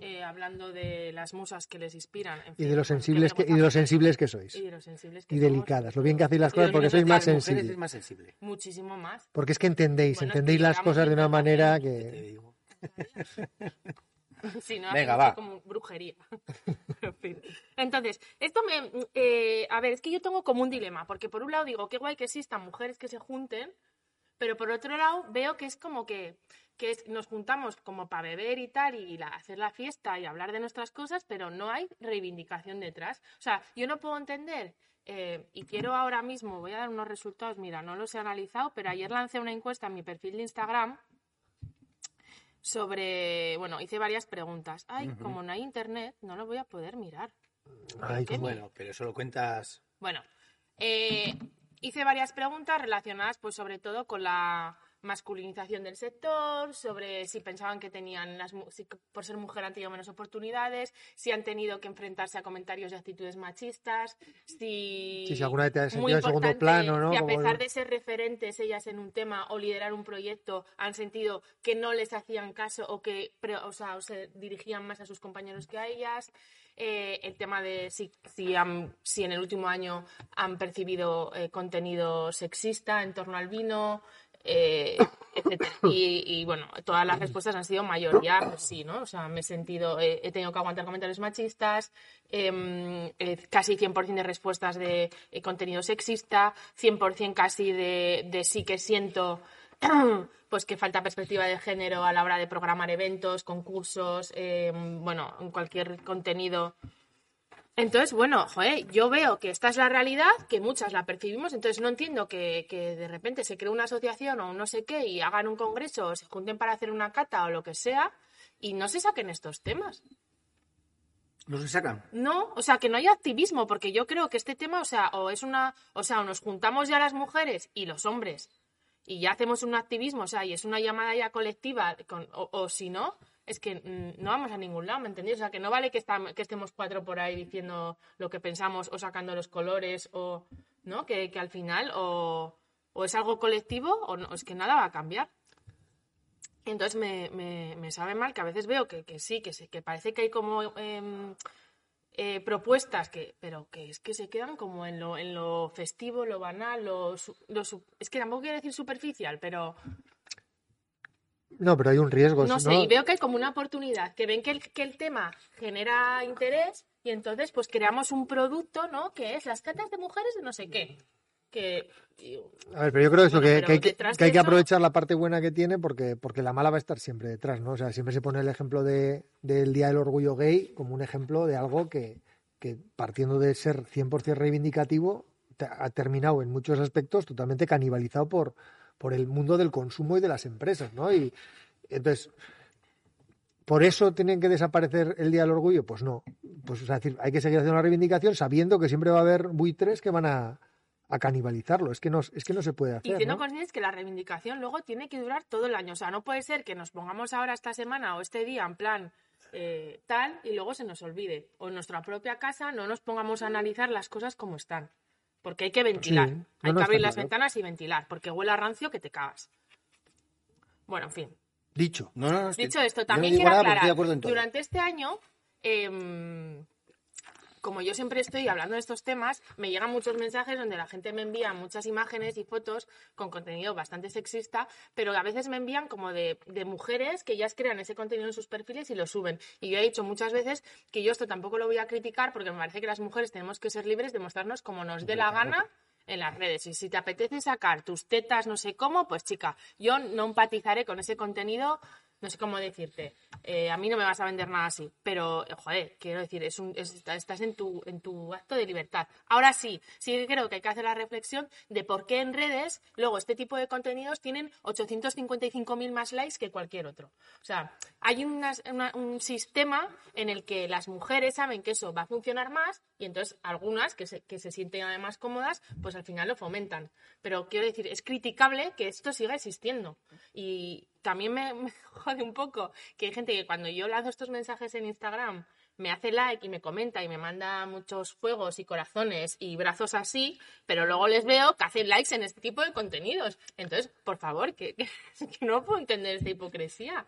Speaker 4: eh, hablando de las musas que les inspiran. en
Speaker 3: Y
Speaker 4: fin,
Speaker 3: de los
Speaker 4: bueno, qué
Speaker 3: sensibles que, y de
Speaker 4: vergüenza.
Speaker 3: los sensibles que sois.
Speaker 4: Y de los sensibles que
Speaker 3: Y
Speaker 4: somos.
Speaker 3: delicadas. Lo bien que hacéis las
Speaker 4: Y
Speaker 3: cosas
Speaker 4: los
Speaker 3: porque
Speaker 4: niños
Speaker 3: sois
Speaker 4: de
Speaker 3: más
Speaker 4: las
Speaker 5: Las mujeres
Speaker 3: sensibles.
Speaker 5: es más sensible.
Speaker 4: Muchísimo más.
Speaker 3: Porque es que entendéis,
Speaker 4: Bueno,
Speaker 3: entendéis las
Speaker 4: explicamos
Speaker 3: cosas de una
Speaker 4: entonces,
Speaker 3: manera
Speaker 5: Te
Speaker 3: que...
Speaker 5: digo.
Speaker 4: Sí, no,
Speaker 5: Venga,
Speaker 4: Venga,
Speaker 5: va.
Speaker 4: como brujería. En fin. Entonces, esto me... eh, a ver, es que yo tengo como un dilema, porque por un lado digo, qué guay que existan mujeres que se junten, pero por otro lado veo que es como que, que es- nos juntamos como para beber y tal, y la- hacer la fiesta y hablar de nuestras cosas, pero no hay reivindicación detrás. O sea, yo no puedo entender... eh, y quiero ahora mismo, voy a dar unos resultados, mira, no los he analizado, pero ayer lancé una encuesta en mi perfil de Instagram sobre, bueno, hice varias preguntas. Ay, como no hay internet, no lo voy a poder mirar.
Speaker 3: Ay,
Speaker 4: ¿Qué?
Speaker 3: cómo-
Speaker 5: Bueno, pero eso lo cuentas.
Speaker 4: Bueno, eh, hice varias preguntas relacionadas, pues, sobre todo con la masculinización del sector, sobre si pensaban que tenían, las, mu- si por ser mujer han tenido menos oportunidades, si han tenido que enfrentarse a comentarios y actitudes machistas, si...
Speaker 3: Sí, si alguna vez te has
Speaker 4: muy
Speaker 3: sentido en segundo
Speaker 4: importante,
Speaker 3: plano, ¿no?
Speaker 4: si a
Speaker 3: Como-
Speaker 4: pesar de ser referentes ellas en un tema o liderar un proyecto, han sentido que no les hacían caso o que pre- o sea, o se dirigían más a sus compañeros que a ellas. Eh, el tema de si, si, han- si en el último año han percibido eh, contenido sexista en torno al vino, eh, etcétera. Y, y, bueno, todas las respuestas han sido mayoría, pues sí, ¿no? O sea, me he sentido, eh, he tenido que aguantar comentarios machistas, em, eh, casi 100% de respuestas de eh, contenido sexista, 100% casi de, de sí que siento. Pues que falta perspectiva de género a la hora de programar eventos, concursos, em, bueno, cualquier contenido entonces, bueno, joder, yo veo que esta es la realidad, que muchas la percibimos, entonces no entiendo que, que de repente se cree una asociación o un no sé qué y hagan un congreso o se junten para hacer una cata o lo que sea y no se saquen estos temas.
Speaker 5: No se sacan.
Speaker 4: No, o sea, que no haya activismo, porque yo creo que este tema, o sea, o es una, o sea, o nos juntamos ya las mujeres y los hombres y ya hacemos un activismo, o sea, y es una llamada ya colectiva, con- o, o si no, es que mm, no vamos a ningún lado, ¿me entendéis? O sea, que no vale que, estam- que estemos cuatro por ahí diciendo lo que pensamos o sacando los colores o, ¿no? Que, que al final o, o es algo colectivo o no, es que nada va a cambiar. Entonces me, me- me sabe mal que a veces veo que, que sí, que, se- que parece que hay como... em, eh, propuestas que pero que es que se quedan como en lo en lo festivo lo banal lo, su- lo su- es que tampoco quiero decir superficial pero
Speaker 3: No, pero hay un riesgo.
Speaker 4: no
Speaker 3: si
Speaker 4: sé y veo que hay como una oportunidad que ven que el, que el tema genera interés y entonces pues creamos un producto no que es las catas de mujeres de no sé qué que y-
Speaker 3: A ver, pero yo creo eso,
Speaker 4: Bueno,
Speaker 3: que,
Speaker 4: pero
Speaker 3: que hay que,
Speaker 4: detrás
Speaker 3: que hay
Speaker 4: de
Speaker 3: que
Speaker 4: eso-
Speaker 3: aprovechar la parte buena que tiene porque, porque la mala va a estar siempre detrás, ¿no? O sea, siempre se pone el ejemplo de, del Día del Orgullo Gay como un ejemplo de algo que, que partiendo de ser 100% reivindicativo, te- ha terminado en muchos aspectos totalmente canibalizado por, por el mundo del consumo y de las empresas, ¿no? Y entonces, ¿por eso tienen que desaparecer el Día del Orgullo? Pues no. Pues o sea, es decir, hay que seguir haciendo la reivindicación sabiendo que siempre va a haber buitres que van a a canibalizarlo, es que no, es que no se puede hacer.
Speaker 4: Y siendo
Speaker 3: ¿no?
Speaker 4: conscientes que la reivindicación luego tiene que durar todo el año. O sea, no puede ser que nos pongamos ahora esta semana o este día en plan eh, tal y luego se nos olvide. O en nuestra propia casa no nos pongamos a analizar las cosas como están. Porque hay que ventilar.
Speaker 3: Pues Sí. No,
Speaker 4: hay
Speaker 3: no,
Speaker 4: que
Speaker 3: está
Speaker 4: abrir las
Speaker 3: claro.
Speaker 4: ventanas y ventilar. Porque huele a rancio que te cagas. Bueno, en fin.
Speaker 3: Dicho.
Speaker 5: No, no, no. estoy-
Speaker 4: Dicho esto,
Speaker 5: yo no
Speaker 4: también
Speaker 5: digo
Speaker 4: quiero
Speaker 5: nada
Speaker 4: este
Speaker 5: porque
Speaker 4: aclarar,
Speaker 5: estoy de acuerdo en todo.
Speaker 4: durante este año, em, como como yo siempre estoy hablando de estos temas, me llegan muchos mensajes donde la gente me envía muchas imágenes y fotos con contenido bastante sexista, pero a veces me envían como de, de mujeres que ellas crean ese contenido en sus perfiles y lo suben. Y yo he dicho muchas veces que yo esto tampoco lo voy a criticar porque me parece que las mujeres tenemos que ser libres de mostrarnos como nos dé la gana en las redes. Y si te apetece sacar tus tetas no sé cómo, pues chica, yo no empatizaré con ese contenido, no sé cómo decirte. Eh, a mí no me vas a vender nada así, pero, eh, joder, quiero decir, es un, es- estás en tu, en tu acto de libertad. Ahora sí, sí que creo que hay que hacer la reflexión de por qué en redes luego este tipo de contenidos tienen 855.000 más likes que cualquier otro. O sea, hay unas- una- un sistema en el que las mujeres saben que eso va a funcionar más y entonces algunas que se, que se sienten además cómodas, pues al final lo fomentan. Pero quiero decir, es criticable que esto siga existiendo. Y también me, me jode un poco que hay gente que cuando yo lanzo estos mensajes en Instagram me hace like y me comenta y me manda muchos fuegos y corazones y brazos así, pero luego les veo que hacen likes en este tipo de contenidos. Entonces, por favor, que, que- que no puedo entender esta hipocresía.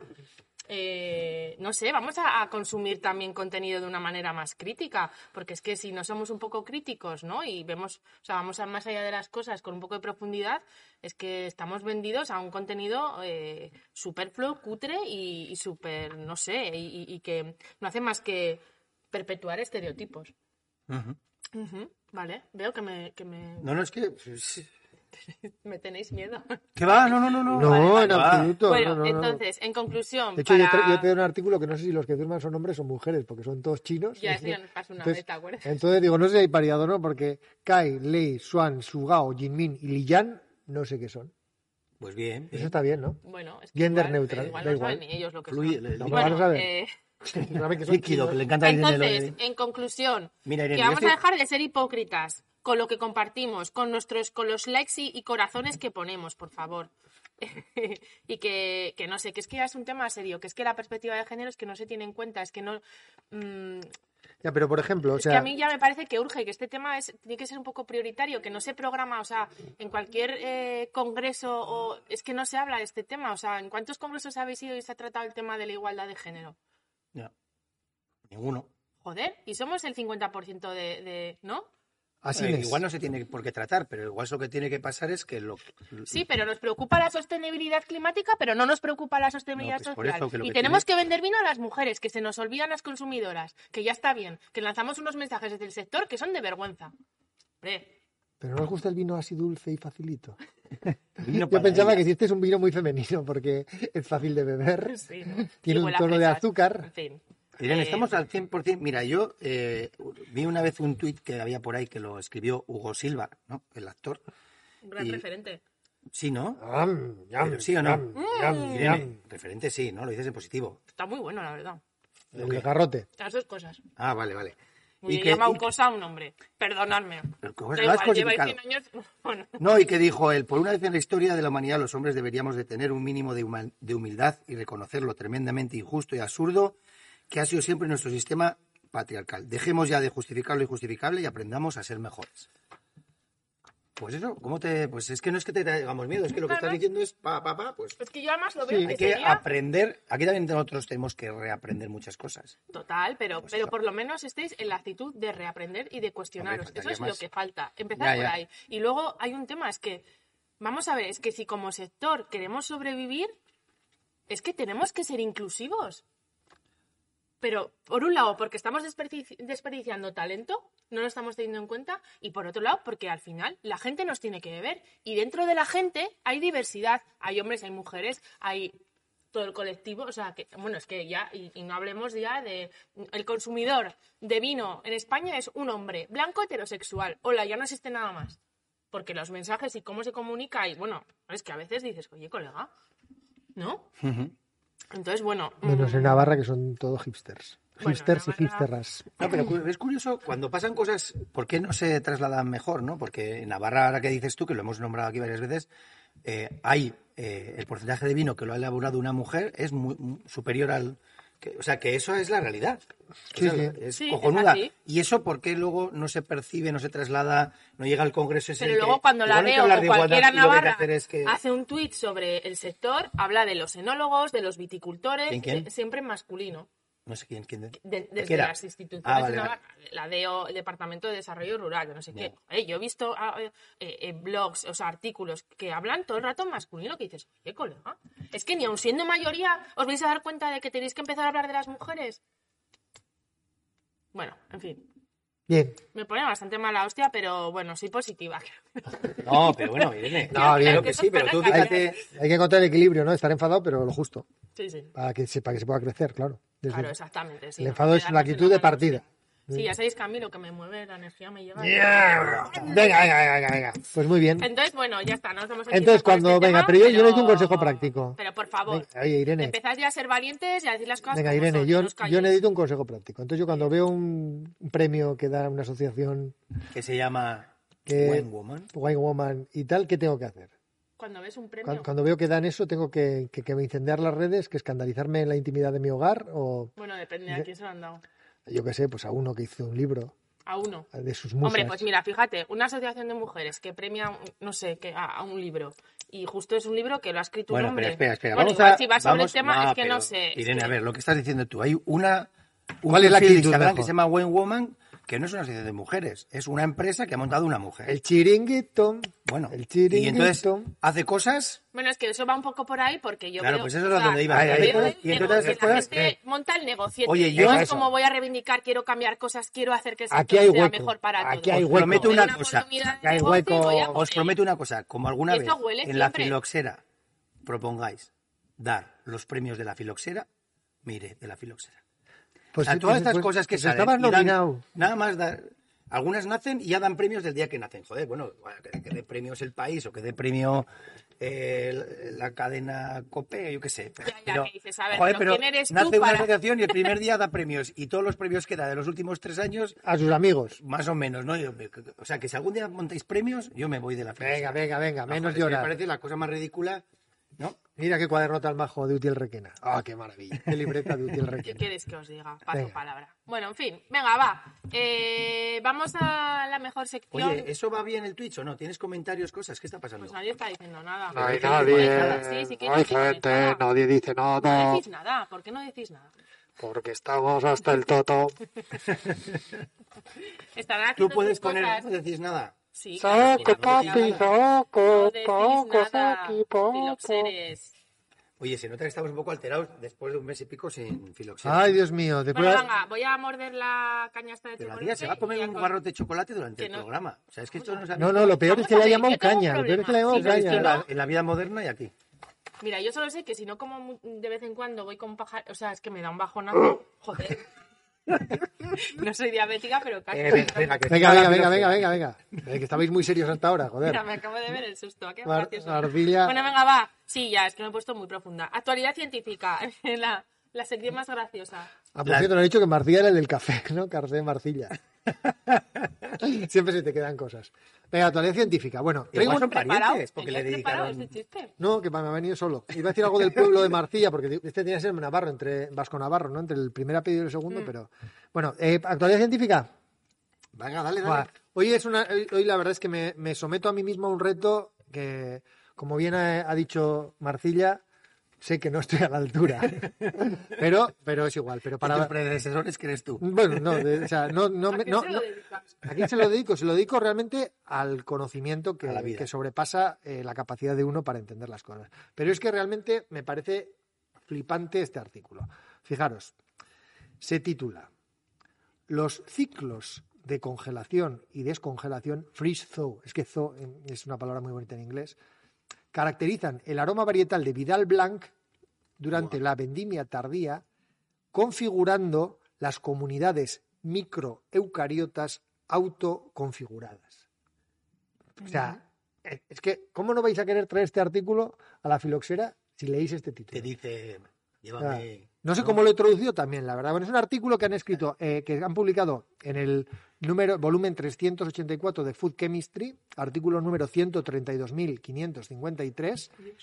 Speaker 4: Eh, no sé, vamos a, a consumir también contenido de una manera más crítica, porque es que si no somos un poco críticos, ¿no? Y vemos, o sea, vamos a más allá de las cosas con un poco de profundidad, es que estamos vendidos a un contenido eh, superfluo, cutre y, y súper, no sé, y, y- y que no hace más que perpetuar estereotipos.
Speaker 5: Ujú.
Speaker 4: Ujú, Vale, veo que me, que me,
Speaker 5: No, no, es que.
Speaker 4: me tenéis miedo.
Speaker 5: ¿Qué va? No, no, no, no.
Speaker 3: No, en
Speaker 5: Va.
Speaker 3: absoluto.
Speaker 4: bueno,
Speaker 3: no, no, no.
Speaker 4: entonces, en conclusión,
Speaker 3: De hecho, yo,
Speaker 4: para-
Speaker 3: tra- yo te doy un artículo que no sé si los que firman son hombres o mujeres, porque son todos chinos.
Speaker 4: Ya, eso ya nos pasó una vez, ¿te acuerdas?
Speaker 3: entonces digo, no sé si hay variado o no, porque Kai, Lei, Xuan, Sugao, Jinmin y Liyan, no sé qué son.
Speaker 5: Pues bien.
Speaker 3: Eso está bien, ¿no?
Speaker 4: Bueno, es
Speaker 3: Gender
Speaker 4: igual,
Speaker 3: neutral,
Speaker 4: igual
Speaker 3: da
Speaker 4: no
Speaker 3: igual.
Speaker 4: saben ni ellos lo que
Speaker 5: Fluye,
Speaker 4: son.
Speaker 5: le- le-
Speaker 3: Vamos a ver.
Speaker 4: eh,
Speaker 3: Sabe que son
Speaker 5: Líquido, que
Speaker 3: chinos.
Speaker 5: le encanta a Irene lo de-
Speaker 4: entonces, en conclusión,
Speaker 5: Mira, Irene,
Speaker 4: que
Speaker 5: yo
Speaker 4: vamos a
Speaker 5: estoy-
Speaker 4: dejar de ser hipócritas con lo que compartimos, con nuestros, con los likes y, y corazones que ponemos, por favor. y que, que no sé, que es que ya es un tema serio, que es que la perspectiva de género es que no se tiene en cuenta, es que no mm,
Speaker 3: Ya, pero por ejemplo, o
Speaker 4: es que
Speaker 3: sea,
Speaker 4: a mí ya me parece que urge, que este tema es, tiene que ser un poco prioritario, que no se programa, o sea, en cualquier eh, congreso, o, es que no se habla de este tema, o sea, ¿en cuántos congresos habéis ido y se ha tratado el tema de la igualdad de género?
Speaker 5: No.
Speaker 4: eh,
Speaker 5: Ninguno.
Speaker 4: Joder, y somos el 50% de, de- ¿No?
Speaker 3: así
Speaker 5: Eh,
Speaker 3: es.
Speaker 5: Igual no se tiene por qué tratar, pero igual lo que tiene que pasar es que lo.
Speaker 4: Sí, pero nos preocupa la sostenibilidad climática, pero no nos preocupa la sostenibilidad
Speaker 5: No, pues por
Speaker 4: social.
Speaker 5: eso que lo
Speaker 4: y
Speaker 5: que
Speaker 4: tenemos que vender vino a las mujeres, que se nos olvidan las consumidoras, que ya está bien, que lanzamos unos mensajes desde el sector que son de vergüenza. Hombre,
Speaker 3: Pero no os gusta el vino así dulce y facilito.
Speaker 5: Vino
Speaker 3: Yo
Speaker 5: para
Speaker 3: pensaba
Speaker 5: ella.
Speaker 3: que hiciste un vino muy femenino porque es fácil de beber,
Speaker 4: sí, ¿no?
Speaker 3: tiene
Speaker 4: Y
Speaker 3: un
Speaker 4: huele a
Speaker 3: tono de
Speaker 4: fresas.
Speaker 3: azúcar.
Speaker 4: En fin.
Speaker 5: Irene,
Speaker 4: Eh,
Speaker 5: estamos al 100%. Mira, yo eh, vi una vez un tuit que había por ahí que lo escribió Hugo Silva, ¿no? El actor.
Speaker 4: Un gran
Speaker 5: Y-
Speaker 4: referente.
Speaker 5: Sí, ¿no?
Speaker 4: Ah.
Speaker 3: Am, yam,
Speaker 5: Pero sí o no.
Speaker 3: yam,
Speaker 4: Mm.
Speaker 3: yam,
Speaker 5: Irene,
Speaker 3: yam.
Speaker 5: referente sí, ¿no? Lo dices en positivo.
Speaker 4: Está muy bueno, la verdad.
Speaker 3: El garrote.
Speaker 4: Las dos cosas.
Speaker 5: Ah, vale, vale. que-
Speaker 4: Y Pues llama un cosa a un hombre. Perdonadme.
Speaker 5: Pero que
Speaker 4: Da
Speaker 5: os lo has
Speaker 4: igual, lleváis
Speaker 5: cosificado.
Speaker 4: 100 años. Bueno,
Speaker 5: No, y que dijo él, por una vez en la historia de la humanidad los hombres deberíamos de tener un mínimo de, huma- de humildad y reconocer lo tremendamente injusto y absurdo que ha sido siempre nuestro sistema patriarcal. Dejemos ya de justificar lo injustificable y aprendamos a ser mejores. Pues eso, ¿cómo te...? Pues es que no es que te tengamos miedo, es que lo que
Speaker 4: Claro.
Speaker 5: estás diciendo es pa, pa, pa, pues...
Speaker 4: es que yo además lo veo
Speaker 3: Sí.
Speaker 4: que
Speaker 5: Hay que
Speaker 4: sería
Speaker 5: aprender, aquí también nosotros tenemos que reaprender muchas cosas.
Speaker 4: total, pero,
Speaker 5: Pues
Speaker 4: pero
Speaker 5: no.
Speaker 4: por lo menos estéis en la actitud de reaprender y de cuestionaros.
Speaker 5: Hombre,
Speaker 4: Eso
Speaker 5: faltaría
Speaker 4: es lo
Speaker 5: más.
Speaker 4: que falta. Empezar
Speaker 5: Ya,
Speaker 4: por
Speaker 5: ya.
Speaker 4: ahí. Y luego hay un tema, es que, vamos a ver, es que si como sector queremos sobrevivir, es que tenemos que ser inclusivos. Pero, por un lado, porque estamos desperdici- desperdiciando talento, no lo estamos teniendo en cuenta, y por otro lado, porque al final la gente nos tiene que ver. Y dentro de la gente hay diversidad. Hay hombres, hay mujeres, hay todo el colectivo. O sea, que, bueno, es que ya, y, y no hablemos ya de. El consumidor de vino en España es un hombre blanco heterosexual. Hola, ya no existe nada más. Porque los mensajes y cómo se comunica, y bueno, es que a veces dices, oye, colega, ¿no? Entonces, bueno.
Speaker 3: Menos
Speaker 4: mm,
Speaker 3: en Navarra que son todos hipsters.
Speaker 4: Bueno,
Speaker 3: Hipsters y
Speaker 4: Navarra-
Speaker 3: hipsterras.
Speaker 5: No, pero cu- es curioso, cuando pasan cosas, ¿por qué no se trasladan mejor, no? Porque en Navarra, ahora que dices tú, que lo hemos nombrado aquí varias veces, eh, hay eh, el porcentaje de vino que lo ha elaborado una mujer es muy, muy superior al... que- o sea, que eso es la realidad. O
Speaker 3: Sí,
Speaker 5: sea,
Speaker 3: sí.
Speaker 5: Es
Speaker 4: Sí, es
Speaker 5: cojonuda.
Speaker 4: así.
Speaker 5: y eso, ¿por qué luego no se percibe, no se traslada, no llega al Congreso? ese
Speaker 4: Pero
Speaker 5: que-
Speaker 4: luego cuando la
Speaker 5: igual hay que
Speaker 4: veo
Speaker 5: hablar
Speaker 4: o
Speaker 5: de
Speaker 4: cualquiera
Speaker 5: igualdad y lo que hay que
Speaker 4: navarra
Speaker 5: hacer es que-
Speaker 4: hace un tuit sobre el sector, habla de los enólogos, de los viticultores,
Speaker 5: ¿Quién, quién?
Speaker 4: eh, siempre en masculino.
Speaker 5: No sé quién, quién.
Speaker 4: de- desde
Speaker 5: era?
Speaker 4: las instituciones
Speaker 5: Ah, vale,
Speaker 4: de la-
Speaker 5: vale.
Speaker 4: la DO, el Departamento de Desarrollo Rural, que no sé qué.
Speaker 5: Ya.
Speaker 4: Oye, yo he visto ah, eh, eh, blogs, o sea, artículos que hablan todo el rato en masculino que dices, oye, colega, es que ni aun siendo mayoría os vais a dar cuenta de que tenéis que empezar a hablar de las mujeres. Bueno, en fin,
Speaker 3: Bien.
Speaker 4: me pone bastante mala hostia, pero bueno, soy positiva.
Speaker 5: No, pero bueno, Irene.
Speaker 3: No, bien.
Speaker 5: Claro que sí, pero tú
Speaker 3: Hay
Speaker 5: fíjate.
Speaker 3: que, hay que encontrar el equilibrio, ¿no? Estar enfadado, pero lo justo.
Speaker 4: Sí, sí,
Speaker 3: Para que se, para que se pueda crecer, claro. Desde-
Speaker 4: claro, exactamente. sí,
Speaker 3: el
Speaker 4: no,
Speaker 3: enfado
Speaker 4: me
Speaker 3: es
Speaker 4: da
Speaker 3: la
Speaker 4: mucho
Speaker 3: actitud de
Speaker 4: mala
Speaker 3: partida.
Speaker 4: hostia. Sí, ya sabéis que a mí lo que me mueve la energía me lleva.
Speaker 5: Venga, venga, venga, venga.
Speaker 3: Pues muy bien.
Speaker 4: Entonces, bueno, ya está, nos vamos a
Speaker 3: Entonces, cuando- venga, pero yo- yo les doy un consejo práctico.
Speaker 4: Pero por favor,
Speaker 3: Venga, oye, Irene.
Speaker 4: empezad ya a ser valientes y a decir las cosas.
Speaker 3: Venga,
Speaker 4: como
Speaker 3: Irene,
Speaker 4: son,
Speaker 3: yo,
Speaker 4: no os calléis.
Speaker 3: yo necesito un consejo práctico. Entonces, yo cuando veo un un premio que da una asociación
Speaker 5: Que se llama
Speaker 3: que.
Speaker 5: Wine Woman.
Speaker 3: Wine Woman y tal, ¿qué tengo que hacer?
Speaker 4: Cuando ves un
Speaker 3: Cu-
Speaker 4: premio.
Speaker 3: Cuando, veo que dan eso, tengo que, que, que incendiar las redes, que escandalizarme en la intimidad de mi hogar, o
Speaker 4: Bueno, depende de a quién se lo han dado.
Speaker 3: yo qué sé, pues a uno que hizo un libro
Speaker 4: A uno.
Speaker 3: de sus musas.
Speaker 4: Hombre, pues mira, fíjate, una asociación de mujeres que premia, un- no sé, que a, a un libro. Y justo es un libro que lo ha escrito
Speaker 5: Bueno,
Speaker 4: un hombre.
Speaker 5: espera, espera, espera.
Speaker 4: Bueno,
Speaker 5: vamos
Speaker 4: igual
Speaker 5: a,
Speaker 4: si va sobre
Speaker 5: vamos-
Speaker 4: el tema
Speaker 5: no,
Speaker 4: es que
Speaker 5: pero,
Speaker 4: no sé. es
Speaker 5: Irene,
Speaker 4: que-
Speaker 5: a ver, lo que estás diciendo tú, hay una. un
Speaker 3: ¿Cuál es la
Speaker 5: perfil de
Speaker 3: actitud
Speaker 5: Instagram que
Speaker 3: mejor?
Speaker 5: se llama Wine Woman, que no es una asociación de mujeres, es una empresa que ha montado una mujer.
Speaker 3: El chiringuito.
Speaker 5: bueno,
Speaker 3: el
Speaker 5: y entonces
Speaker 3: chiringuito.
Speaker 5: hace cosas.
Speaker 4: Bueno, es que eso va un poco por ahí porque yo
Speaker 5: Claro,
Speaker 4: creo
Speaker 5: pues eso
Speaker 4: o
Speaker 5: es a
Speaker 4: sea,
Speaker 5: donde iba.
Speaker 4: yo
Speaker 5: Ahí, ahí,
Speaker 4: creo
Speaker 5: ahí.
Speaker 4: que
Speaker 5: Y entonces
Speaker 4: la
Speaker 5: después-
Speaker 4: gente monta el negocio.
Speaker 5: Oye,
Speaker 3: yo-
Speaker 4: es
Speaker 3: eso.
Speaker 4: como voy a reivindicar, quiero cambiar cosas, quiero hacer que ese
Speaker 3: Aquí hay
Speaker 4: sector sea
Speaker 3: hueco.
Speaker 4: mejor para
Speaker 3: Aquí
Speaker 4: todos.
Speaker 3: hay
Speaker 4: Os
Speaker 3: hueco.
Speaker 4: prometo
Speaker 5: Una
Speaker 4: una
Speaker 5: cosa,
Speaker 4: oportunidad
Speaker 3: aquí hay
Speaker 4: de negocio y
Speaker 3: hueco.
Speaker 4: voy a por
Speaker 5: Os
Speaker 4: ello.
Speaker 5: prometo una cosa, como alguna
Speaker 4: Esto
Speaker 5: vez
Speaker 4: huele
Speaker 5: en la
Speaker 4: siempre.
Speaker 5: filoxera propongáis dar los premios de la filoxera, mire, de la filoxera. o
Speaker 3: Pues
Speaker 5: sea,
Speaker 3: sí,
Speaker 5: todas
Speaker 3: pues-
Speaker 5: estas
Speaker 3: pues-
Speaker 5: cosas que
Speaker 3: pues
Speaker 5: salen.
Speaker 3: Estabas
Speaker 5: y dan-
Speaker 3: nominado.
Speaker 5: nada más dar. Algunas nacen y ya dan premios del día que nacen. Joder, bueno, que, que dé premios el país o que dé premio eh, la cadena COPE, yo qué sé.
Speaker 4: ya, que dices, a ver,
Speaker 5: joder,
Speaker 4: pero
Speaker 5: pero
Speaker 4: ¿quién eres tú
Speaker 5: nace una
Speaker 4: para-
Speaker 5: asociación y el primer día da premios. Y todos los premios que da de los últimos tres años,
Speaker 3: A sus amigos.
Speaker 5: más o menos, ¿no? Yo- o sea, que si algún día montáis premios, yo me voy de la fiesta.
Speaker 3: Venga, venga, venga,
Speaker 5: No, joder,
Speaker 3: menos
Speaker 5: es que Me
Speaker 3: llorar.
Speaker 5: parece la cosa más ridícula, ¿no?
Speaker 3: Mira qué cuaderno tan majo de Utiel Requena. ¡Ah, qué maravilla! Qué libreta de Utiel
Speaker 4: ¿Qué
Speaker 3: Requena.
Speaker 4: quieres que os diga? Paso
Speaker 3: Venga.
Speaker 4: palabra. Bueno, en fin, venga, va. Eh, vamos a la mejor sección.
Speaker 5: Oye, ¿eso va bien el Twitch o no? ¿Tienes comentarios, cosas? ¿Qué está pasando?
Speaker 4: Pues nadie está diciendo nada. Pues
Speaker 3: No hay
Speaker 4: Sí,
Speaker 3: nadie,
Speaker 4: Sí, sí que
Speaker 3: no hay
Speaker 4: dicen
Speaker 3: gente,
Speaker 4: nada.
Speaker 3: nadie dice
Speaker 4: No
Speaker 3: nada,
Speaker 4: decís nada, ¿por qué no decís nada?
Speaker 3: porque estamos hasta el toto.
Speaker 4: Estarán
Speaker 5: Tú
Speaker 4: haciendo sus
Speaker 5: puedes poner,
Speaker 4: cosas.
Speaker 5: no decís nada.
Speaker 4: Sí, claro que
Speaker 3: Soco,
Speaker 4: no.
Speaker 3: papi,
Speaker 4: No
Speaker 3: soco,
Speaker 4: decís
Speaker 3: soco,
Speaker 4: nada.
Speaker 3: soqui, poco.
Speaker 4: Filoxeres.
Speaker 5: Oye, se nota que estamos un poco alterados después de un mes y pico sin filoxera.
Speaker 3: Ay, Dios mío, de
Speaker 4: Bueno,
Speaker 3: pura-
Speaker 4: venga, voy a morder la caña esta de
Speaker 5: Pero la
Speaker 4: chocolate.
Speaker 5: tía se va a comer
Speaker 4: y
Speaker 5: un
Speaker 4: con-
Speaker 5: barrote de chocolate durante
Speaker 4: Que
Speaker 5: el
Speaker 4: no.
Speaker 5: programa. O sea, es que esto no se ha
Speaker 3: No,
Speaker 5: visto-
Speaker 3: no, lo peor es
Speaker 4: Vamos
Speaker 3: que
Speaker 4: a
Speaker 3: le ha
Speaker 4: ver,
Speaker 3: llamado
Speaker 4: yo tengo un
Speaker 3: caña, lo peor es que le ha
Speaker 4: problema.
Speaker 3: llamado
Speaker 4: Sí,
Speaker 5: se ha visto
Speaker 4: es que
Speaker 5: en
Speaker 3: caña.
Speaker 5: la, en la vida moderna y aquí.
Speaker 4: Mira, yo solo sé que si no como mu- de vez en cuando voy con pajar... O sea, es que me da un
Speaker 5: Oh.
Speaker 4: bajonazo. Joder. no soy diabética, pero casi.
Speaker 5: Eh, venga, venga, que
Speaker 3: Venga,
Speaker 5: está
Speaker 3: venga,
Speaker 5: la
Speaker 3: venga, venga,
Speaker 5: filoxera.
Speaker 3: venga, venga. Eh, Que estabais muy serios hasta ahora, joder.
Speaker 4: Mira, me acabo de ver el susto. Qué
Speaker 3: Mar-
Speaker 4: gracioso.
Speaker 3: ardilla.
Speaker 4: Bueno, venga, va. Sí, ya, es que me he puesto muy profunda. Actualidad científica, la, la sección más graciosa.
Speaker 3: Ah, por cierto, nos han dicho que Marcilla era el del café, ¿no? Carcé Marcilla. Siempre se te quedan cosas. Venga, actualidad científica. Bueno, traigo
Speaker 5: Igual
Speaker 3: una-
Speaker 5: son parientes,
Speaker 4: ¿Preparado?
Speaker 5: porque
Speaker 4: ¿Tenías
Speaker 5: le
Speaker 4: preparado
Speaker 5: dedicaron...
Speaker 4: ese chiste?
Speaker 3: No, que me ha venido solo. Iba a decir algo del pueblo de Marcilla, porque di- este tenía que ser Navarro, entre Vasco Navarro, ¿no? Entre el primer apellido y el segundo,
Speaker 4: Mm.
Speaker 3: pero. Bueno, eh, actualidad científica.
Speaker 4: Ah,
Speaker 5: Venga, dale,
Speaker 3: Buah,
Speaker 5: dale.
Speaker 3: Hoy es una, hoy, hoy la verdad es que me, me someto a mí mismo a un reto que, como bien ha, ha dicho Marcilla, sé que no estoy a la altura. Pero, pero es igual. Pero
Speaker 5: Para
Speaker 3: para.
Speaker 5: tus predecesores crees tú.
Speaker 3: Bueno, no, de- o sea, no, no,
Speaker 4: ¿A
Speaker 3: me-
Speaker 4: qué
Speaker 3: no,
Speaker 4: se
Speaker 3: no-
Speaker 4: lo dedicas?
Speaker 3: ¿A quién se lo dedico? Se lo dedico realmente al conocimiento que,
Speaker 5: A la vida.
Speaker 3: que sobrepasa eh, la capacidad de uno para entender las cosas. Pero es que realmente me parece flipante este artículo. Fijaros, se titula Los ciclos de congelación y descongelación, freeze thaw, es que thaw eh, es una palabra muy bonita en inglés, caracterizan el aroma varietal de Vidal Blanc durante la vendimia tardía, configurando las comunidades microeucariotas autoconfiguradas. O sea, eh, es que, ¿cómo no vais a querer traer este artículo a la filoxera si leéis este título?
Speaker 5: Te dice,
Speaker 3: Ah,
Speaker 5: llévame...
Speaker 3: No sé cómo lo he traducido también, la verdad. Bueno, es un artículo que han escrito, eh, que han publicado en el número, volumen 384 de Food Chemistry, artículo número 132.553,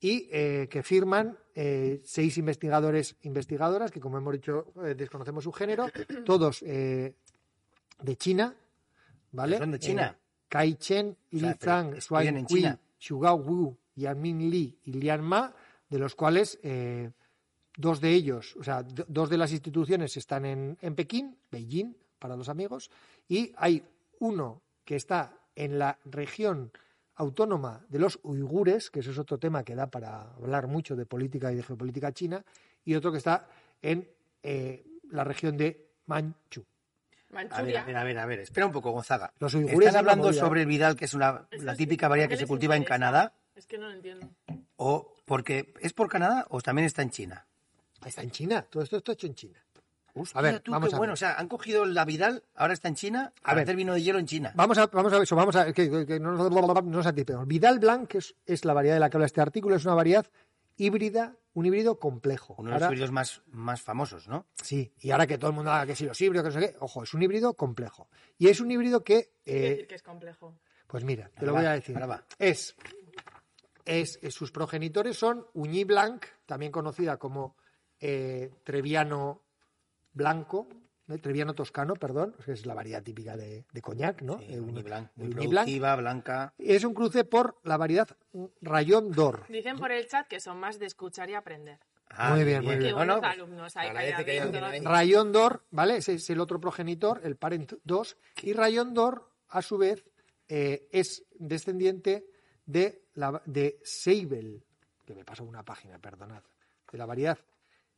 Speaker 3: y eh, que firman eh, seis investigadores, investigadoras, que como hemos dicho, eh, desconocemos su género, todos eh, de China, ¿vale?
Speaker 5: Son de China.
Speaker 3: Eh, Kai Chen, Li
Speaker 5: sea, pero
Speaker 3: Zhang,
Speaker 5: estudian
Speaker 3: Shuai
Speaker 5: en
Speaker 3: Kui,
Speaker 5: China.
Speaker 3: Shugao Wu, Yamin Li y Lian Ma, de los cuales eh, Dos de ellos, o sea, do- dos de las instituciones están en, en Pekín, Beijing, para los amigos, y hay uno que está en la región autónoma de los uigures, que eso es otro tema que da para hablar mucho de política y de geopolítica china, y otro que está en eh, la región de
Speaker 5: A
Speaker 3: Manchu.
Speaker 5: ver,
Speaker 4: Manchuria.
Speaker 5: a ver, a ver, a ver, espera un poco, Gonzaga.
Speaker 3: Los uigures es
Speaker 5: ¿Están
Speaker 3: la
Speaker 5: hablando
Speaker 3: movida.
Speaker 5: sobre el Vidal, que es una,
Speaker 4: Eso
Speaker 5: la
Speaker 4: sí,
Speaker 5: típica
Speaker 4: ¿por
Speaker 5: variedad
Speaker 4: qué
Speaker 5: que se
Speaker 4: les
Speaker 5: cultiva en
Speaker 4: interesa?
Speaker 5: Canadá?
Speaker 4: Es que no lo entiendo.
Speaker 5: Eh, ¿O porque es por Canadá o también está en China?
Speaker 3: Está en China, todo esto está hecho en China.
Speaker 5: Hostia,
Speaker 3: ver,
Speaker 5: tú,
Speaker 3: vamos
Speaker 5: qué
Speaker 3: a ver.
Speaker 5: bueno. O sea, han cogido la Vidal, ahora está en China, a
Speaker 3: ver.
Speaker 5: hacer vino de hielo en China.
Speaker 3: Vamos a, vamos a eso, vamos a que, que- que no nos, no nos anticipemos. Vidal Blanc, que es, es la variedad de la que habla este artículo, es una variedad híbrida, un híbrido complejo.
Speaker 5: Uno de los
Speaker 3: Ahora-
Speaker 5: híbridos más, más famosos, ¿no?
Speaker 3: sí, y ahora que todo el mundo habla que si los híbridos, que no sé qué, ojo, es un híbrido complejo. Y es un híbrido que,
Speaker 4: Quiere
Speaker 3: eh,
Speaker 4: decir que es complejo.
Speaker 3: pues mira, te
Speaker 5: Ahora
Speaker 3: lo
Speaker 5: va,
Speaker 3: voy a decir.
Speaker 5: ahora va.
Speaker 3: Es, es, es- sus progenitores son Uñí Blanc, también conocida como eh, Treviano Blanco, ¿no? Treviano Toscano, perdón, que es la variedad típica de, de coñac, ¿no?
Speaker 5: Sí,
Speaker 3: Eh,
Speaker 5: muy
Speaker 3: Uñí-
Speaker 5: blanca, muy
Speaker 3: Uñí Blanc.
Speaker 5: productiva, blanca.
Speaker 3: Es un cruce por la variedad Rayón d'Or.
Speaker 4: Dicen por el chat que son más de escuchar y aprender.
Speaker 5: Ah,
Speaker 3: Muy bien, muy
Speaker 4: Qué
Speaker 3: bien.
Speaker 4: buenos
Speaker 5: No, no, pues,
Speaker 4: alumnos hay,
Speaker 5: agradece que haya
Speaker 4: calladitos.
Speaker 5: alguien ahí.
Speaker 3: Rayón d'Or, ¿vale? Ese es el otro progenitor, el parent 2. Y Rayón d'Or, a su vez, eh, es descendiente de, la, de Seibel, que me pasó una página, perdonad, de la variedad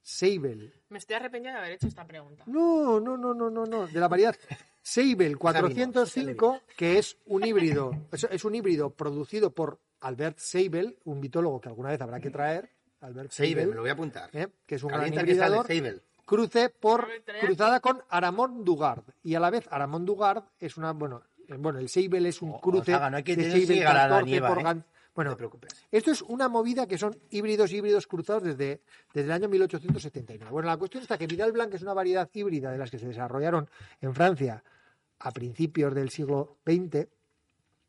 Speaker 3: Seibel.
Speaker 4: Me estoy arrepentido de haber hecho esta pregunta.
Speaker 3: No, no, no, no, no, no, de la variedad Seibel 405, que es un híbrido, es, es un híbrido producido por Albert Seibel, un vitólogo que alguna vez habrá que traer. Albert
Speaker 5: Seibel,
Speaker 3: Seibel.
Speaker 5: me lo voy a apuntar.
Speaker 3: ¿eh? que es un gran
Speaker 5: Calienta que sale,
Speaker 3: hibridador,
Speaker 5: Seibel.
Speaker 3: cruce por,
Speaker 4: A ver, trae
Speaker 3: cruzada con Aramón Dugard. Y a la vez Aramón Dugard es una, bueno, eh, bueno el Seibel es un
Speaker 5: O-
Speaker 3: cruce
Speaker 5: Gonzaga, no hay que
Speaker 3: de
Speaker 5: entender si
Speaker 3: Seibel
Speaker 5: llega la
Speaker 3: 14
Speaker 5: nieva,
Speaker 3: por
Speaker 5: ¿eh?
Speaker 3: Gan-
Speaker 5: No
Speaker 3: Bueno,
Speaker 5: te preocupes.
Speaker 3: esto es una movida que son híbridos, híbridos cruzados desde, desde el año 1879. Bueno, la cuestión está que Vidal Blanc es una variedad híbrida de las que se desarrollaron en Francia a principios del siglo XX,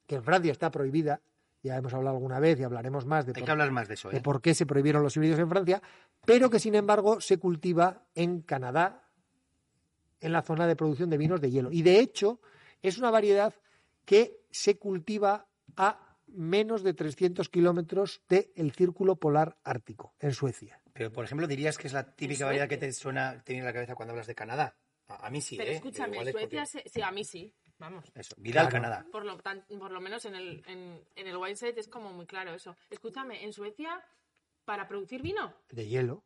Speaker 3: que en Francia está prohibida, ya hemos hablado alguna vez y hablaremos más de
Speaker 5: Hay
Speaker 3: por
Speaker 5: que hablar más de eso,
Speaker 3: de
Speaker 5: ¿eh?
Speaker 3: por qué se prohibieron los híbridos en Francia, pero que sin embargo se cultiva en Canadá, en la zona de producción de vinos de hielo. Y de hecho, es una variedad que se cultiva a menos de 300 kilómetros del círculo polar ártico, en Suecia.
Speaker 5: Pero, por ejemplo, dirías que es la típica variedad que te suena, te viene a la cabeza cuando hablas de Canadá. A, a mí sí,
Speaker 4: Pero
Speaker 5: ¿eh?
Speaker 4: escúchame,
Speaker 5: Igual es porque-
Speaker 4: Suecia, se- sí, a mí sí, vamos.
Speaker 5: Eso, Vidal,
Speaker 3: Claro.
Speaker 5: Canadá.
Speaker 4: Por lo, tan- por lo menos en el, en, en el wine set es como muy claro eso. Escúchame, en Suecia, para producir vino,
Speaker 3: De hielo,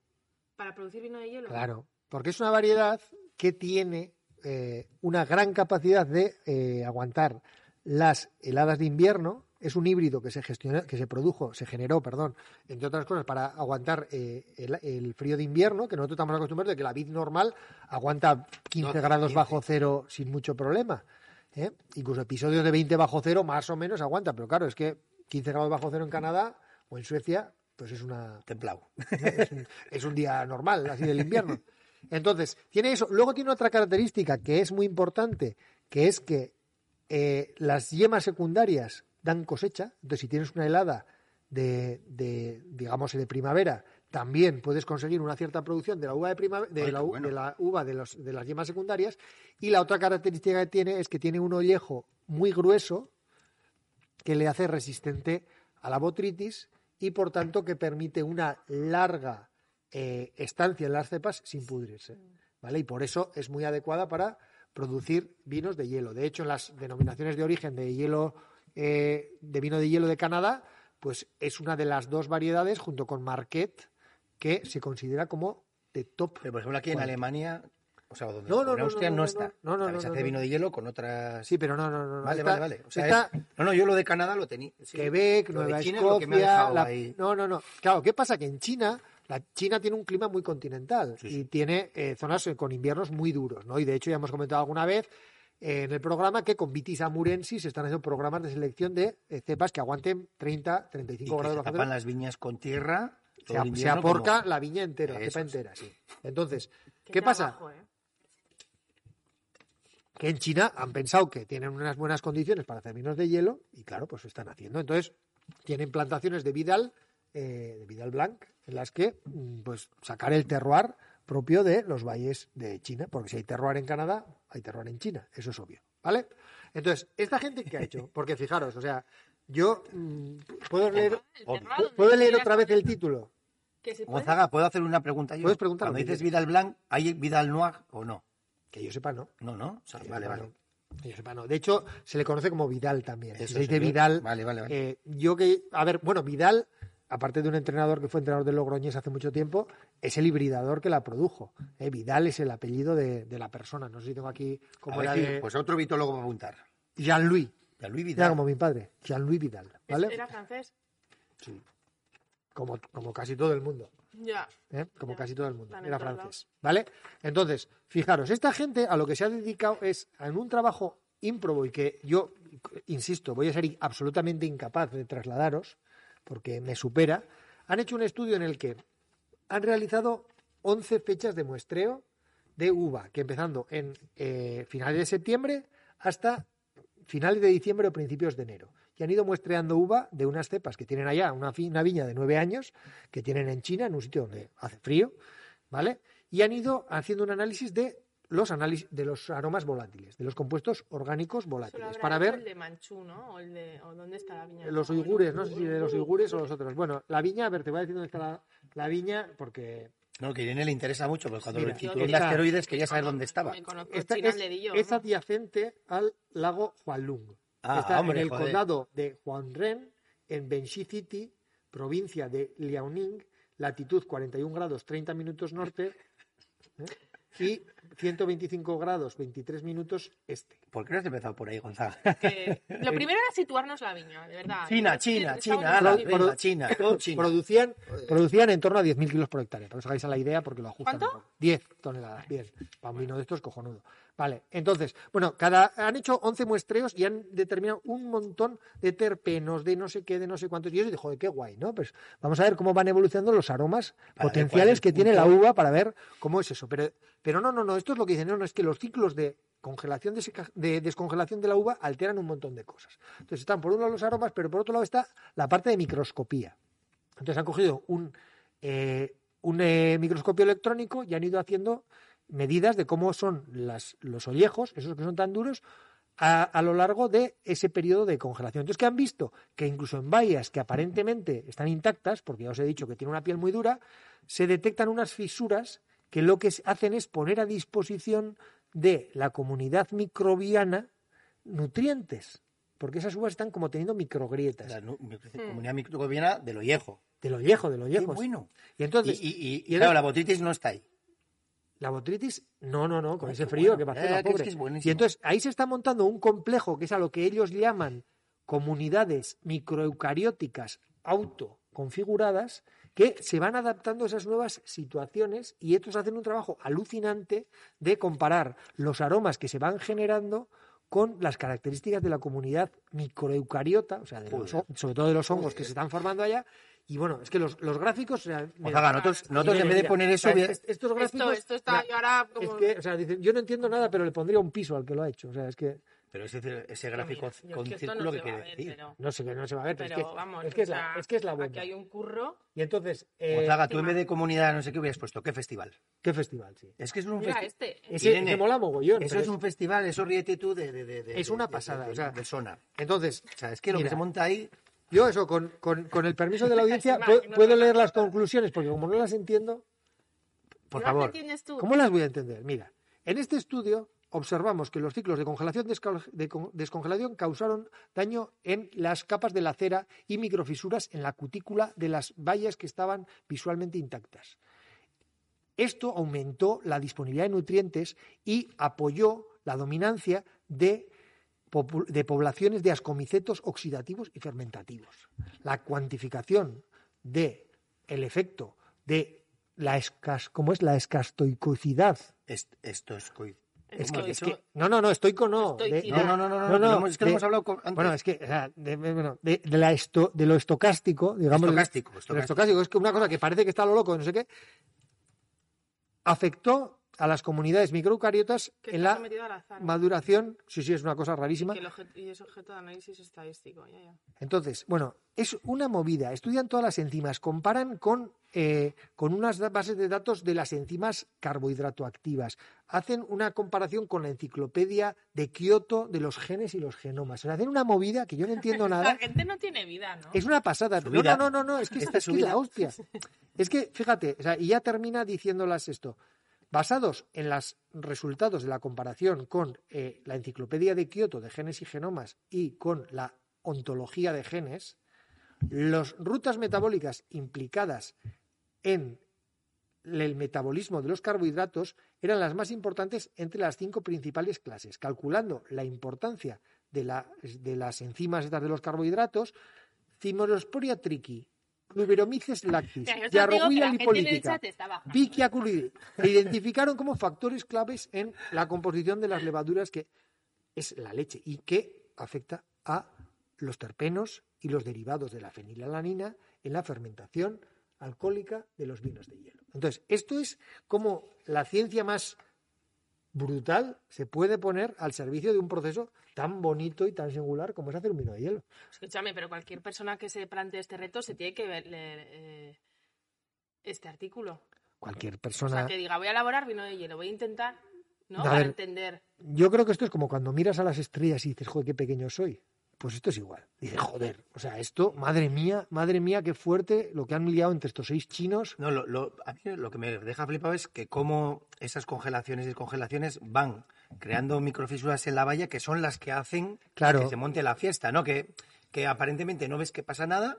Speaker 4: para producir vino de hielo,
Speaker 3: claro. Porque es una variedad que tiene eh, una gran capacidad de eh, aguantar las heladas de invierno. Es un híbrido que se gestiona, que se produjo, se generó, perdón, entre otras cosas, para aguantar eh, el, el frío de invierno, que nosotros estamos acostumbrados de que la vid normal aguanta 15
Speaker 5: 12,
Speaker 3: grados
Speaker 5: 15.
Speaker 3: bajo cero sin mucho problema. ¿eh? Incluso episodios de 20 bajo cero más o menos aguanta, pero claro, es que 15 grados bajo cero en Canadá o en Suecia, pues es una,
Speaker 5: Templado.
Speaker 3: es un, es un día normal, así del invierno. Entonces, tiene eso. Luego tiene otra característica que es muy importante, que es que eh, las yemas secundarias dan cosecha. Entonces, si tienes una helada de, de, digamos, de primavera, también puedes conseguir una cierta producción de la uva de, primavera,
Speaker 5: Ay,
Speaker 3: de,
Speaker 5: qué
Speaker 3: la, u-
Speaker 5: bueno.
Speaker 3: de la uva de, los- de las yemas secundarias. Y la otra característica que tiene es que tiene un ollejo muy grueso, que le hace resistente a la botritis y por tanto que permite una larga eh, estancia en las cepas sin pudrirse. ¿vale? Y por eso es muy adecuada para producir vinos de hielo. De hecho, en las denominaciones de origen de hielo eh, de vino de hielo de Canadá, pues es una de las dos variedades junto con Marquette que se considera como de top.
Speaker 5: Pero, por ejemplo, aquí en
Speaker 3: Bueno.
Speaker 5: Alemania, o sea, donde
Speaker 3: No, no,
Speaker 5: o en
Speaker 3: no,
Speaker 5: Austria
Speaker 3: no,
Speaker 5: no,
Speaker 3: no,
Speaker 5: está.
Speaker 3: no, no, no,
Speaker 5: También se
Speaker 3: no,
Speaker 5: hace
Speaker 3: no.
Speaker 5: vino de hielo con otras...
Speaker 3: Sí, pero no, no, no. no.
Speaker 5: Vale,
Speaker 3: Esta-
Speaker 5: vale, vale. O sea,
Speaker 3: esta-
Speaker 5: es- No, no, yo lo de Canadá lo tenía. sí.
Speaker 3: Quebec,
Speaker 5: Lo de
Speaker 3: Nueva
Speaker 5: China es
Speaker 3: Escocia.
Speaker 5: lo que me ha dejado
Speaker 3: la-
Speaker 5: ahí.
Speaker 3: No, no, no. Claro, ¿qué pasa? Que en China, la China tiene un clima muy continental
Speaker 5: Sí,
Speaker 3: y
Speaker 5: sí.
Speaker 3: tiene eh, zonas eh, con inviernos muy duros, ¿no? Y de hecho ya hemos comentado alguna vez eh, en el programa que con Vitis amurensis se están haciendo programas de selección de eh, cepas que aguanten 30,
Speaker 5: Y
Speaker 3: 35
Speaker 5: que
Speaker 3: grados
Speaker 5: se
Speaker 3: bajo cero.
Speaker 5: tapan las viñas con tierra.
Speaker 3: Se,
Speaker 5: todo el
Speaker 3: ap- se
Speaker 5: invierno
Speaker 3: aporca
Speaker 5: como-
Speaker 3: la viña entera, la
Speaker 5: Eso
Speaker 3: cepa
Speaker 5: es.
Speaker 3: entera, sí. Entonces, ¿qué, pasa?
Speaker 4: trabajo, eh?
Speaker 3: que en China han pensado que tienen unas buenas condiciones para hacer vinos de hielo y claro, pues lo están haciendo. Entonces, tienen plantaciones de Vidal, eh, de Vidal Blanc, en las que mm, pues sacar el terroir propio de los valles de China, porque si hay terroir en Canadá, hay terroir en China, eso es obvio, ¿vale? Entonces, esta gente que ha hecho, porque fijaros, o sea, yo mm, puedo leer
Speaker 4: El
Speaker 5: Obvio.
Speaker 4: terrado donde
Speaker 3: puedo
Speaker 4: se
Speaker 3: leer
Speaker 4: tira
Speaker 3: otra vez
Speaker 4: esta
Speaker 3: el título.
Speaker 4: Que si puede-
Speaker 5: Gonzaga, ¿puedo hacer una pregunta yo?
Speaker 3: Puedes preguntar lo
Speaker 5: Cuando
Speaker 3: que
Speaker 5: dices Vidal
Speaker 3: quieras.
Speaker 5: Blanc, ¿hay Vidal Noir o no?
Speaker 3: Que yo sepa, no.
Speaker 5: No, no. O sea, vale,
Speaker 3: Bueno,
Speaker 5: vale.
Speaker 3: que yo sepa, no. De hecho, se le conoce como Vidal también.
Speaker 5: Eso
Speaker 3: Si sois
Speaker 5: es,
Speaker 3: de
Speaker 5: yo-
Speaker 3: Vidal.
Speaker 5: vale, vale, vale.
Speaker 3: eh, yo que. A ver, bueno, Vidal, aparte de un entrenador que fue entrenador de Logroñés hace mucho tiempo, es el hibridador que la produjo. eh. Vidal es el apellido de, de la persona. No sé si tengo aquí como
Speaker 5: A
Speaker 3: era
Speaker 5: ver si-
Speaker 3: de
Speaker 5: Pues otro vitólogo para apuntar.
Speaker 3: Jean-Louis.
Speaker 5: Ya Luis
Speaker 3: Era
Speaker 5: Vidal.
Speaker 3: como mi padre, Jean-Louis Vidal.
Speaker 4: es-
Speaker 3: ¿Vale?
Speaker 4: Era francés.
Speaker 5: Sí.
Speaker 3: Como, como casi todo el mundo.
Speaker 4: Ya.
Speaker 3: ¿eh? como
Speaker 4: Ya,
Speaker 3: casi todo el mundo,
Speaker 4: están en
Speaker 3: era
Speaker 4: todos
Speaker 3: francés, ¿vale? Entonces, fijaros, esta gente a lo que se ha dedicado es en un trabajo ímprobo y que yo, insisto, voy a ser absolutamente incapaz de trasladaros porque me supera, han hecho un estudio en el que han realizado 11 fechas de muestreo de uva, que empezando en eh, finales de septiembre hasta finales de diciembre o principios de enero. Y han ido muestreando uva de unas cepas que tienen allá, una, fi- una viña de nueve años, que tienen en China, en un sitio donde hace frío, ¿vale? Y han ido haciendo un análisis de los análisis de los aromas volátiles, de los compuestos orgánicos
Speaker 4: Solo
Speaker 3: volátiles,
Speaker 4: habrá
Speaker 3: Ah, para
Speaker 4: hecho
Speaker 3: ver
Speaker 4: el de Manchú, ¿no? O el de o dónde está la viña.
Speaker 3: eh, Los uigures, no sé si de los uigures o los otros. Bueno, la viña, a ver, te voy a decir dónde está la, la viña, porque
Speaker 5: No, que a Irene le interesa mucho, porque cuando
Speaker 3: Mira,
Speaker 5: lo tituló en
Speaker 3: está-
Speaker 5: asteroides quería saber dónde estaba.
Speaker 4: Me conozco
Speaker 3: esta
Speaker 4: China
Speaker 3: es,
Speaker 4: al dedillo.
Speaker 3: es
Speaker 4: ¿no?
Speaker 3: adyacente al lago Hualung.
Speaker 5: Ah,
Speaker 3: está
Speaker 5: hombre,
Speaker 3: en el
Speaker 5: joder.
Speaker 3: condado de Huanren, en Benxi City, provincia de Liaoning, latitud 41 grados 30 minutos norte ¿eh? y 125 grados 23 minutos este.
Speaker 5: ¿Por qué no has empezado por ahí, Gonzaga?
Speaker 4: Que- Lo primero era situarnos la viña, de verdad.
Speaker 5: China,
Speaker 4: Yo- yo
Speaker 5: China,
Speaker 4: estaba
Speaker 5: China,
Speaker 4: muy
Speaker 5: ala,
Speaker 4: feliz.
Speaker 5: venga, China, todo China.
Speaker 3: Producían, producían en torno a 10.000 kilos por hectárea, para que os hagáis a la idea, porque lo ajustan. un
Speaker 4: ¿Cuánto?
Speaker 3: poco. 10 toneladas, bien. Para un vino de estos, cojonudo. Vale, entonces, bueno, cada, han hecho 11 muestreos y han determinado un montón de terpenos, de no sé qué, de no sé cuántos. Y eso dijo, joder, qué guay, ¿no? Pues vamos a ver cómo van evolucionando los aromas
Speaker 5: Para ver
Speaker 3: potenciales
Speaker 5: cuál es el
Speaker 3: que tiene la
Speaker 5: punto.
Speaker 3: uva para ver cómo es eso. Pero, pero no, no, no, esto es lo que dicen, no, no, es que los ciclos de congelación, deseca- de descongelación de la uva alteran un montón de cosas. Entonces están por un lado los aromas, pero por otro lado está la parte de microscopía. Entonces han cogido un, eh, un eh, microscopio electrónico y han ido haciendo medidas de cómo son las, los ollejos, esos que son tan duros, a, a lo largo de ese periodo de congelación. Entonces, que han visto? Que incluso en bayas que aparentemente están intactas, porque ya os he dicho que tiene una piel muy dura, se detectan unas fisuras que lo que s- hacen es poner a disposición de la comunidad microbiana nutrientes, porque esas uvas están como teniendo microgrietas.
Speaker 5: La nu- mi- comunidad microbiana de lo viejo.
Speaker 3: De lo viejo, de lo
Speaker 5: Qué
Speaker 3: viejo.
Speaker 5: bueno.
Speaker 3: Y
Speaker 5: Y,
Speaker 3: entonces,
Speaker 5: y- y-
Speaker 3: y era-
Speaker 5: claro, la botitis no está ahí.
Speaker 3: La botritis, no, no, no, con
Speaker 5: Ay,
Speaker 3: ese
Speaker 5: qué
Speaker 3: frío
Speaker 5: bueno.
Speaker 3: que va a hacer
Speaker 5: Eh,
Speaker 3: la
Speaker 5: que es
Speaker 3: pobre.
Speaker 5: que es buenísimo.
Speaker 3: y entonces ahí se está montando un complejo que es a lo que ellos llaman comunidades microeucarióticas autoconfiguradas que se van adaptando a esas nuevas situaciones y estos hacen un trabajo alucinante de comparar los aromas que se van generando con las características de la comunidad microeucariota, o sea, de los
Speaker 5: Joder.
Speaker 3: hon- sobre todo de los hongos que se están formando allá. Y bueno, es que los, los gráficos... o sea, mira,
Speaker 5: Gonzaga, nosotros, nosotros
Speaker 3: mira,
Speaker 5: en vez de
Speaker 3: mira,
Speaker 5: poner eso,
Speaker 3: o sea,
Speaker 5: voy a-
Speaker 3: est- estos gráficos...
Speaker 4: Esto, esto está.
Speaker 3: mira,
Speaker 4: Yo ahora.
Speaker 3: es
Speaker 4: Como...
Speaker 3: que, o sea, dicen, yo no entiendo nada, pero le pondría un piso al que lo ha hecho. O sea, es que
Speaker 5: Pero ese, ese
Speaker 4: Mira,
Speaker 5: gráfico
Speaker 4: yo es
Speaker 5: con
Speaker 4: que esto no
Speaker 5: círculo
Speaker 4: se
Speaker 5: que
Speaker 4: va a
Speaker 5: quiere
Speaker 4: ver,
Speaker 5: decir.
Speaker 4: Pero,
Speaker 3: no sé, que no se va a ver, pero,
Speaker 4: pero
Speaker 3: es que,
Speaker 4: vamos,
Speaker 3: es, que
Speaker 4: o
Speaker 3: es la,
Speaker 4: sea,
Speaker 3: es que es la
Speaker 4: Aquí
Speaker 3: bomba.
Speaker 4: hay un curro.
Speaker 3: Y entonces, eh,
Speaker 5: Gonzaga, tú en vez de comunidad no sé qué hubieras puesto, ¿qué festival?
Speaker 3: ¿qué festival? Sí.
Speaker 5: Es que es un
Speaker 4: Mira
Speaker 5: festival.
Speaker 4: este.
Speaker 3: Ese
Speaker 5: Irene,
Speaker 3: me mola mogollón.
Speaker 5: Eso
Speaker 3: pero
Speaker 5: es un festival, eso ríete tú de, de, de- de-
Speaker 3: Es una
Speaker 5: de- de-
Speaker 3: pasada,
Speaker 5: de-
Speaker 3: o sea,
Speaker 5: de zona.
Speaker 3: Entonces,
Speaker 5: O sea, es que lo
Speaker 3: mira,
Speaker 5: que se monta ahí,
Speaker 3: Yo eso, con, con, con el permiso de la audiencia,
Speaker 4: Encima,
Speaker 3: puedo,
Speaker 4: no
Speaker 3: puedo
Speaker 4: lo-
Speaker 3: leer las conclusiones, porque como no las entiendo,
Speaker 5: por
Speaker 4: ¿No las
Speaker 5: favor.
Speaker 4: entiendes tú?
Speaker 3: ¿Cómo las voy a entender? Mira, en este estudio observamos que los ciclos de congelación descal- de con- descongelación causaron daño en las capas de la cera y microfisuras en la cutícula de las vallas que estaban visualmente intactas. Esto aumentó la disponibilidad de nutrientes y apoyó la dominancia de, popu- de poblaciones de ascomicetos oxidativos y fermentativos. La cuantificación de el efecto de la escas, ¿cómo es la escastoicosidad?
Speaker 5: Es- esto es coi-
Speaker 3: Es
Speaker 5: ¿Cómo
Speaker 3: que, es
Speaker 5: eso?
Speaker 3: que- no, no, no, estoico no. de-
Speaker 4: Estoicidad.
Speaker 5: No, no, no, no, no, que lo hemos- es que lo
Speaker 3: de-
Speaker 5: hemos hablado con- antes.
Speaker 3: Bueno, es que, o sea, de, de- bueno, de- de la esto- de lo estocástico, digamos. de-
Speaker 5: Estocástico,
Speaker 3: de lo
Speaker 5: estocástico.
Speaker 3: estocástico, es que una cosa que parece que está a lo loco, no sé qué, afectó a las comunidades microeucariotas
Speaker 4: Que
Speaker 3: en
Speaker 4: está
Speaker 3: la
Speaker 4: sometido al azar.
Speaker 3: maduración. Sí, sí, es una cosa rarísima.
Speaker 4: Que el obje- y es objeto de análisis estadístico. Ya, ya.
Speaker 3: Entonces, bueno, es una movida. Estudian todas las enzimas, comparan con, eh, con unas da- bases de datos de las enzimas carbohidratoactivas. Hacen una comparación con la enciclopedia de Kioto de los genes y los genomas. O sea, hacen una movida que yo no entiendo
Speaker 4: La
Speaker 3: nada.
Speaker 4: gente no tiene vida, ¿no?
Speaker 3: Es una pasada.
Speaker 5: Su
Speaker 3: No,
Speaker 5: vida.
Speaker 3: no, no, no, no, es que
Speaker 5: Esta
Speaker 3: es,
Speaker 5: es su
Speaker 3: que es
Speaker 5: vida.
Speaker 3: la hostia. Es que, fíjate, o sea, y ya termina diciéndolas esto. Basados en los resultados de la comparación con eh, la enciclopedia de Kioto de genes y genomas y con la ontología de genes, las rutas metabólicas implicadas en el metabolismo de los carbohidratos eran las más importantes entre las cinco principales clases, calculando la importancia de, la- de las enzimas estas de los carbohidratos, Cimolosporia triqui, Cluberomices lactis,
Speaker 4: Mira, yo os digo que
Speaker 3: Yarrowilia
Speaker 4: la gente en el
Speaker 3: lipolítica,
Speaker 4: chat está baja.
Speaker 3: Vicky aculide, se identificaron como factores claves en la composición de las levaduras que es la leche y que afecta a los terpenos y los derivados de la fenilalanina en la fermentación alcohólica de los vinos de hielo. Entonces, esto es como la ciencia más brutal se puede poner al servicio de un proceso tan bonito y tan singular como es hacer un vino de hielo.
Speaker 4: Escúchame, pero cualquier persona que se plantee este reto se tiene que ver- leer eh, este artículo.
Speaker 3: Cualquier
Speaker 4: O
Speaker 3: persona...
Speaker 4: sea, que diga, voy a elaborar vino de hielo, voy a intentar, ¿no?
Speaker 3: A
Speaker 4: Para
Speaker 3: ver.
Speaker 4: entender.
Speaker 3: Yo creo que esto es como cuando miras a las estrellas y dices, joder, qué pequeño soy. Pues esto es igual. Dices, joder, o sea, esto, madre mía, madre mía, qué fuerte lo que han liado entre estos seis chinos.
Speaker 5: No, lo, lo- a mí lo que me deja flipado es que cómo esas congelaciones y descongelaciones van creando microfisuras en la valla que son las que hacen
Speaker 3: Claro.
Speaker 5: que se monte la fiesta, ¿no? Que, que aparentemente no ves que pasa nada,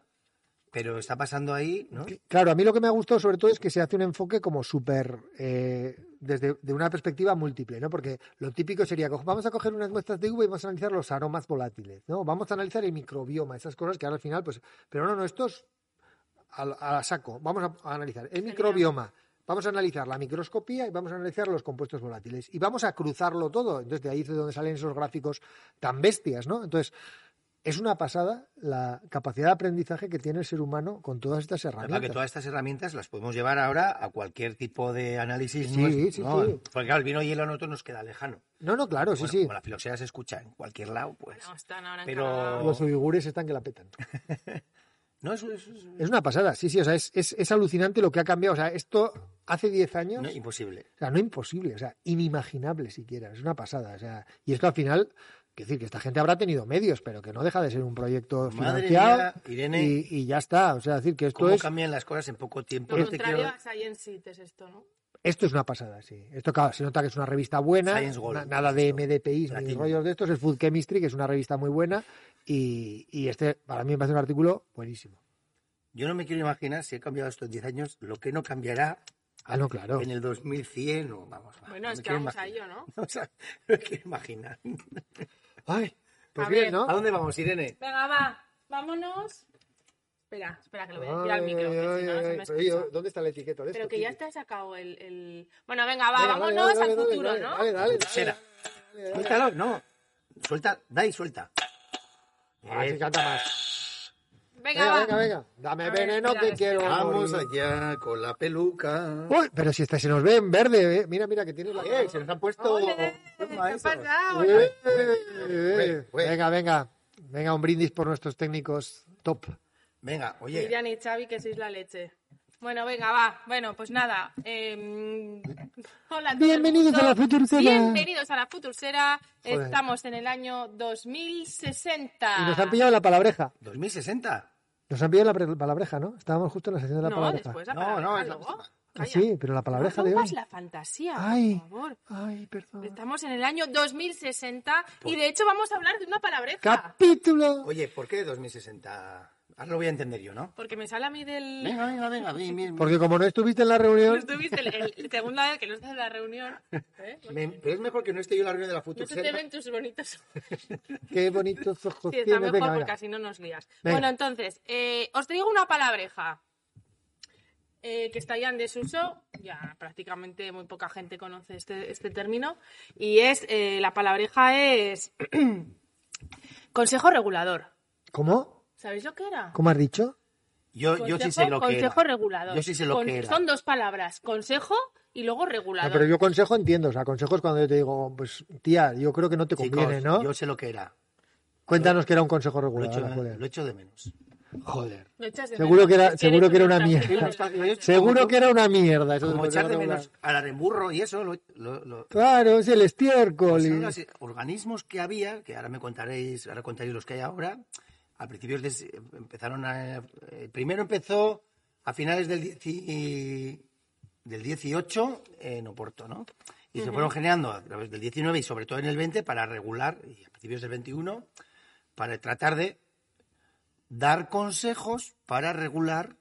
Speaker 5: pero está pasando ahí, ¿no?
Speaker 3: Claro, a mí lo que me ha gustado sobre todo es que se hace un enfoque como súper, eh, desde de una perspectiva múltiple, ¿no? Porque lo típico sería, co- vamos a coger unas muestras de uva y vamos a analizar los aromas volátiles, ¿no? Vamos a analizar el microbioma, esas cosas que ahora al final, pues, pero no, no, estos a, a saco, vamos a, a analizar el microbioma, vamos a analizar la microscopía y vamos a analizar los compuestos volátiles y vamos a cruzarlo todo. Entonces, de ahí es de donde salen esos gráficos tan bestias, ¿no? Entonces, es una pasada la capacidad de aprendizaje que tiene el ser humano con todas estas
Speaker 5: Además que
Speaker 3: herramientas.
Speaker 5: todas estas herramientas las podemos llevar ahora a cualquier tipo de análisis.
Speaker 3: Sí,
Speaker 5: nuestro,
Speaker 3: sí,
Speaker 5: ¿no?
Speaker 3: sí.
Speaker 5: Porque claro, el vino y el anoto nos queda lejano.
Speaker 3: No, no, claro,
Speaker 5: Bueno,
Speaker 3: sí, sí.
Speaker 5: Como la filoxera se escucha en cualquier lado, pues.
Speaker 4: No, están ahora en
Speaker 5: Pero-
Speaker 4: Canadá.
Speaker 3: Los uigures están que la petan.
Speaker 5: No, eso, eso es
Speaker 3: Es una pasada, sí, sí, o sea, es, es- es alucinante lo que ha cambiado. O sea, esto hace 10 años,
Speaker 5: no, imposible.
Speaker 3: o sea, no imposible, o sea, inimaginable siquiera, es una pasada. O sea, y esto al final, quiero decir, que esta gente habrá tenido medios, pero que no deja de ser un proyecto
Speaker 5: Madre
Speaker 3: financiado
Speaker 5: mía, Irene.
Speaker 3: y, y ya está. O sea, decir que esto
Speaker 5: ¿Cómo
Speaker 3: es,
Speaker 5: cambian las cosas en poco tiempo?
Speaker 4: Lo
Speaker 5: No te
Speaker 4: contrario
Speaker 5: quiero-
Speaker 4: a Science It es esto, ¿no?
Speaker 3: esto es una pasada, sí. Esto, claro, se nota que es una revista buena,
Speaker 5: Science Gold,
Speaker 3: na- nada de
Speaker 5: esto.
Speaker 3: MDPIs ni
Speaker 5: Platino.
Speaker 3: rollos de estos, es Food Chemistry, que es una revista muy buena, y, y este, para mí me parece un artículo buenísimo.
Speaker 5: Yo no me quiero imaginar si he cambiado estos 10 años, lo que no cambiará
Speaker 3: Ah, no, claro.
Speaker 5: en el 2100 o vamos. va,
Speaker 4: Bueno,
Speaker 5: Ah, no
Speaker 4: es
Speaker 5: me
Speaker 4: que
Speaker 5: quiero
Speaker 4: vamos a
Speaker 5: imaginar.
Speaker 4: ello, ¿no?
Speaker 5: O sea, no me quiero imaginar.
Speaker 3: Ay, pues
Speaker 4: A
Speaker 3: bien,
Speaker 4: ver.
Speaker 3: ¿no?
Speaker 5: ¿A dónde vamos, Irene?
Speaker 4: Venga, va, vámonos. Espera, espera, que lo voy a decir al
Speaker 3: Ay,
Speaker 4: micro, que
Speaker 3: ay,
Speaker 4: si no, no
Speaker 3: ay,
Speaker 4: se me
Speaker 3: pero
Speaker 4: escucha.
Speaker 3: yo, ¿Dónde está la etiqueta de
Speaker 4: Pero
Speaker 3: esto,
Speaker 4: que ya
Speaker 3: tío?
Speaker 4: te ha sacado el... el- Bueno, venga, va,
Speaker 3: Venga, dale,
Speaker 4: vámonos
Speaker 3: dale,
Speaker 4: al
Speaker 3: dale,
Speaker 4: futuro,
Speaker 3: dale,
Speaker 4: ¿no?
Speaker 3: Dale, dale, dale.
Speaker 5: Será. Suéltalo, no. Suelta, da y suelta.
Speaker 3: Ah, sí,
Speaker 5: Eh,
Speaker 3: canta más.
Speaker 4: Venga,
Speaker 3: Venga,
Speaker 4: va.
Speaker 3: venga, venga. Dame
Speaker 4: A ver,
Speaker 3: veneno
Speaker 4: espera,
Speaker 3: que
Speaker 4: espera.
Speaker 3: quiero.
Speaker 5: vamos
Speaker 3: morir.
Speaker 5: allá con la peluca.
Speaker 3: Uy, pero si esta se nos ve en verde, eh. Mira, mira, que tiene la.
Speaker 5: Eh, se nos ha puesto.
Speaker 4: Ole, ¿Qué
Speaker 5: Toma
Speaker 4: ha
Speaker 5: eso.
Speaker 4: pasado?
Speaker 3: Eh, eh, eh.
Speaker 5: Ué, ué.
Speaker 3: Venga, venga. Venga, un brindis por nuestros técnicos top.
Speaker 5: Venga, oye.
Speaker 4: Miriam y Xavi, que sois la leche. Bueno, venga, va. Bueno, pues nada. em, hola a todo el
Speaker 3: Bienvenidos
Speaker 4: mundo.
Speaker 3: a la Futursera.
Speaker 4: Bienvenidos a la Futursera.
Speaker 3: Joder.
Speaker 4: Estamos en el año 2060.
Speaker 3: Y nos han pillado la palabreja.
Speaker 5: 2060.
Speaker 3: Nos han pillado la pre- palabreja, ¿no? Estábamos justo en la sección de la
Speaker 4: No,
Speaker 3: palabreja.
Speaker 4: después la
Speaker 5: No,
Speaker 4: palabreja,
Speaker 5: no, es la
Speaker 4: luego.
Speaker 5: última.
Speaker 3: Ah,
Speaker 4: Calla.
Speaker 3: sí, pero la palabreja
Speaker 4: no
Speaker 3: de
Speaker 4: rompas
Speaker 3: hoy.
Speaker 4: la fantasía,
Speaker 3: Ay.
Speaker 4: por favor.
Speaker 3: Ay, perdón.
Speaker 4: Estamos en el año 2060
Speaker 3: Pues
Speaker 4: y de hecho vamos a hablar de una palabreja.
Speaker 3: Capítulo.
Speaker 5: Oye, ¿por qué 2060? Ahora lo voy a entender yo, ¿no?
Speaker 4: Porque me sale a mí del...
Speaker 5: Venga, venga, venga. vi- vi-
Speaker 3: Porque como no estuviste en la reunión,
Speaker 4: Estuviste el, el- la segunda vez que no estás en la reunión. ¿eh?
Speaker 5: me- pero es mejor que no esté yo en la reunión de la
Speaker 4: No
Speaker 5: futura.
Speaker 4: se te ven tus bonitos
Speaker 3: qué bonitos ojos
Speaker 4: Sí, está
Speaker 3: tienes.
Speaker 4: mejor
Speaker 3: Venga,
Speaker 4: porque
Speaker 3: venga.
Speaker 4: así no nos lías.
Speaker 3: Venga.
Speaker 4: Bueno, entonces, eh, os traigo una palabreja eh, que está ya en desuso. Ya prácticamente muy poca gente conoce este, este término. Y es, eh, la palabreja es consejo regulador.
Speaker 3: ¿Cómo?
Speaker 4: ¿Sabéis lo que era?
Speaker 3: ¿Cómo has dicho?
Speaker 5: Yo, yo sí sé lo que era.
Speaker 4: consejo regulador.
Speaker 5: Yo sí sé lo
Speaker 4: Con-
Speaker 5: que era.
Speaker 4: Son dos palabras, consejo y luego regulador.
Speaker 3: No, pero yo consejo entiendo, o sea, consejo es cuando yo te digo, pues tía, yo creo que no te
Speaker 5: Chicos,
Speaker 3: conviene, ¿no?
Speaker 5: Yo sé lo que era.
Speaker 3: Cuéntanos que era un consejo
Speaker 5: Lo
Speaker 3: regular.
Speaker 5: echo,
Speaker 3: joder.
Speaker 5: lo echo de menos. Joder.
Speaker 4: Lo echas de
Speaker 3: Seguro
Speaker 4: menos,
Speaker 3: que era-
Speaker 4: porque
Speaker 3: seguro
Speaker 4: eres
Speaker 3: que era una
Speaker 4: transgénero
Speaker 3: mierda.
Speaker 4: de la
Speaker 5: Lo he hecho
Speaker 4: vida.
Speaker 3: Seguro que era una mierda. eso es
Speaker 5: Como
Speaker 3: lo que
Speaker 5: echar de
Speaker 3: no
Speaker 5: menos
Speaker 3: habla.
Speaker 5: al aremburro y eso, lo, lo- lo-
Speaker 3: Claro, es el estiércol. y-
Speaker 5: son los organismos que había, que ahora me contaréis, ahora contaréis los que hay ahora, al principio les- empezaron a... eh, primero empezó a finales del, 10 y- del 18 en Oporto, ¿no? Y se fueron generando a través del 19 y sobre todo en el 20 para regular, y a principios del 21, para tratar de dar consejos para regular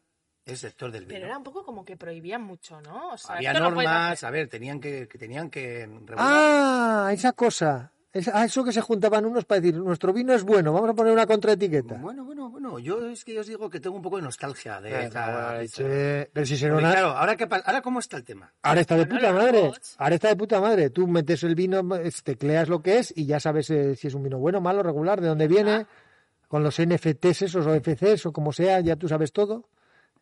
Speaker 5: el sector del vino
Speaker 4: Pero era un poco como que prohibían mucho, ¿no? O sea,
Speaker 5: había
Speaker 4: esto no puedes
Speaker 5: normas,
Speaker 4: hacer.
Speaker 5: a ver, tenían que, que tenían que regular.
Speaker 3: Ah, esa cosa. Es- ah, eso que se juntaban unos para decir, nuestro vino es bueno, vamos a poner una contraetiqueta.
Speaker 5: Bueno, bueno, bueno, yo es que yo os digo que tengo un poco de nostalgia de
Speaker 3: Venga,
Speaker 5: esa-
Speaker 3: vale,
Speaker 5: de esa-
Speaker 3: che. Pero si se
Speaker 5: Porque,
Speaker 3: no-
Speaker 5: claro, ahora que pa- ahora cómo está el tema.
Speaker 3: Ahora está de
Speaker 4: Bueno,
Speaker 3: puta
Speaker 4: los
Speaker 3: madre.
Speaker 4: robots.
Speaker 3: Ahora está de puta madre. Tú metes el vino, es- tecleas lo que es y ya sabes eh, si es un vino bueno, malo, regular, de dónde viene. Con los NFTs esos o FCs o como sea, ya tú sabes todo.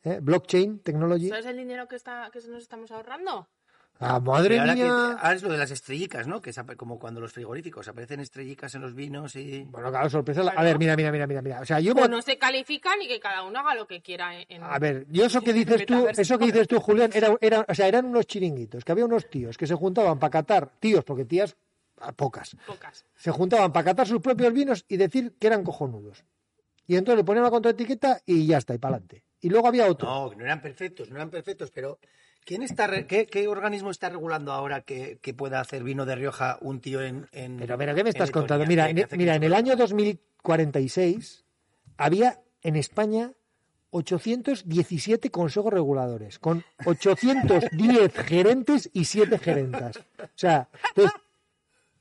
Speaker 3: ¿eh? Blockchain, technology.
Speaker 4: ¿Sabes el dinero que, está, que nos estamos ahorrando?
Speaker 3: Ah,
Speaker 5: Pero
Speaker 3: madre
Speaker 5: ahora, que-
Speaker 3: mía.
Speaker 5: ahora es lo de las estrellicas, ¿no? Que es ap- como cuando los frigoríficos aparecen estrellicas en los vinos y
Speaker 3: Bueno, claro, sorpresa. A
Speaker 4: Claro.
Speaker 3: ver, mira, mira, mira, mira, mira. O sea, yo
Speaker 4: Pues no se califican y que cada uno haga lo que quiera. en-
Speaker 3: A ver, yo eso que dices tú,
Speaker 4: Metaverso.
Speaker 3: eso que dices tú, Julián, era, era- o sea, eran unos chiringuitos, que había unos tíos que se juntaban para catar, tíos, porque tías ah, pocas,
Speaker 4: Pocas.
Speaker 3: se juntaban para catar sus propios vinos y decir que eran cojonudos. Y entonces le ponían la contraetiqueta y ya está, y para adelante. Y luego había otro.
Speaker 5: no, no eran perfectos, no eran perfectos, pero ¿quién está re- qué, qué organismo está regulando ahora que, que pueda hacer vino de Rioja un tío en, en-
Speaker 3: Pero, pero, ¿qué me
Speaker 5: en
Speaker 3: estás
Speaker 5: Letonia,
Speaker 3: contando?
Speaker 5: que-
Speaker 3: Mira,
Speaker 5: que
Speaker 3: en,
Speaker 5: hace
Speaker 3: mira,
Speaker 5: 500
Speaker 3: en el año 2046 había en España 817 consejos reguladores, con 810 gerentes y 7 gerentas. O sea, entonces,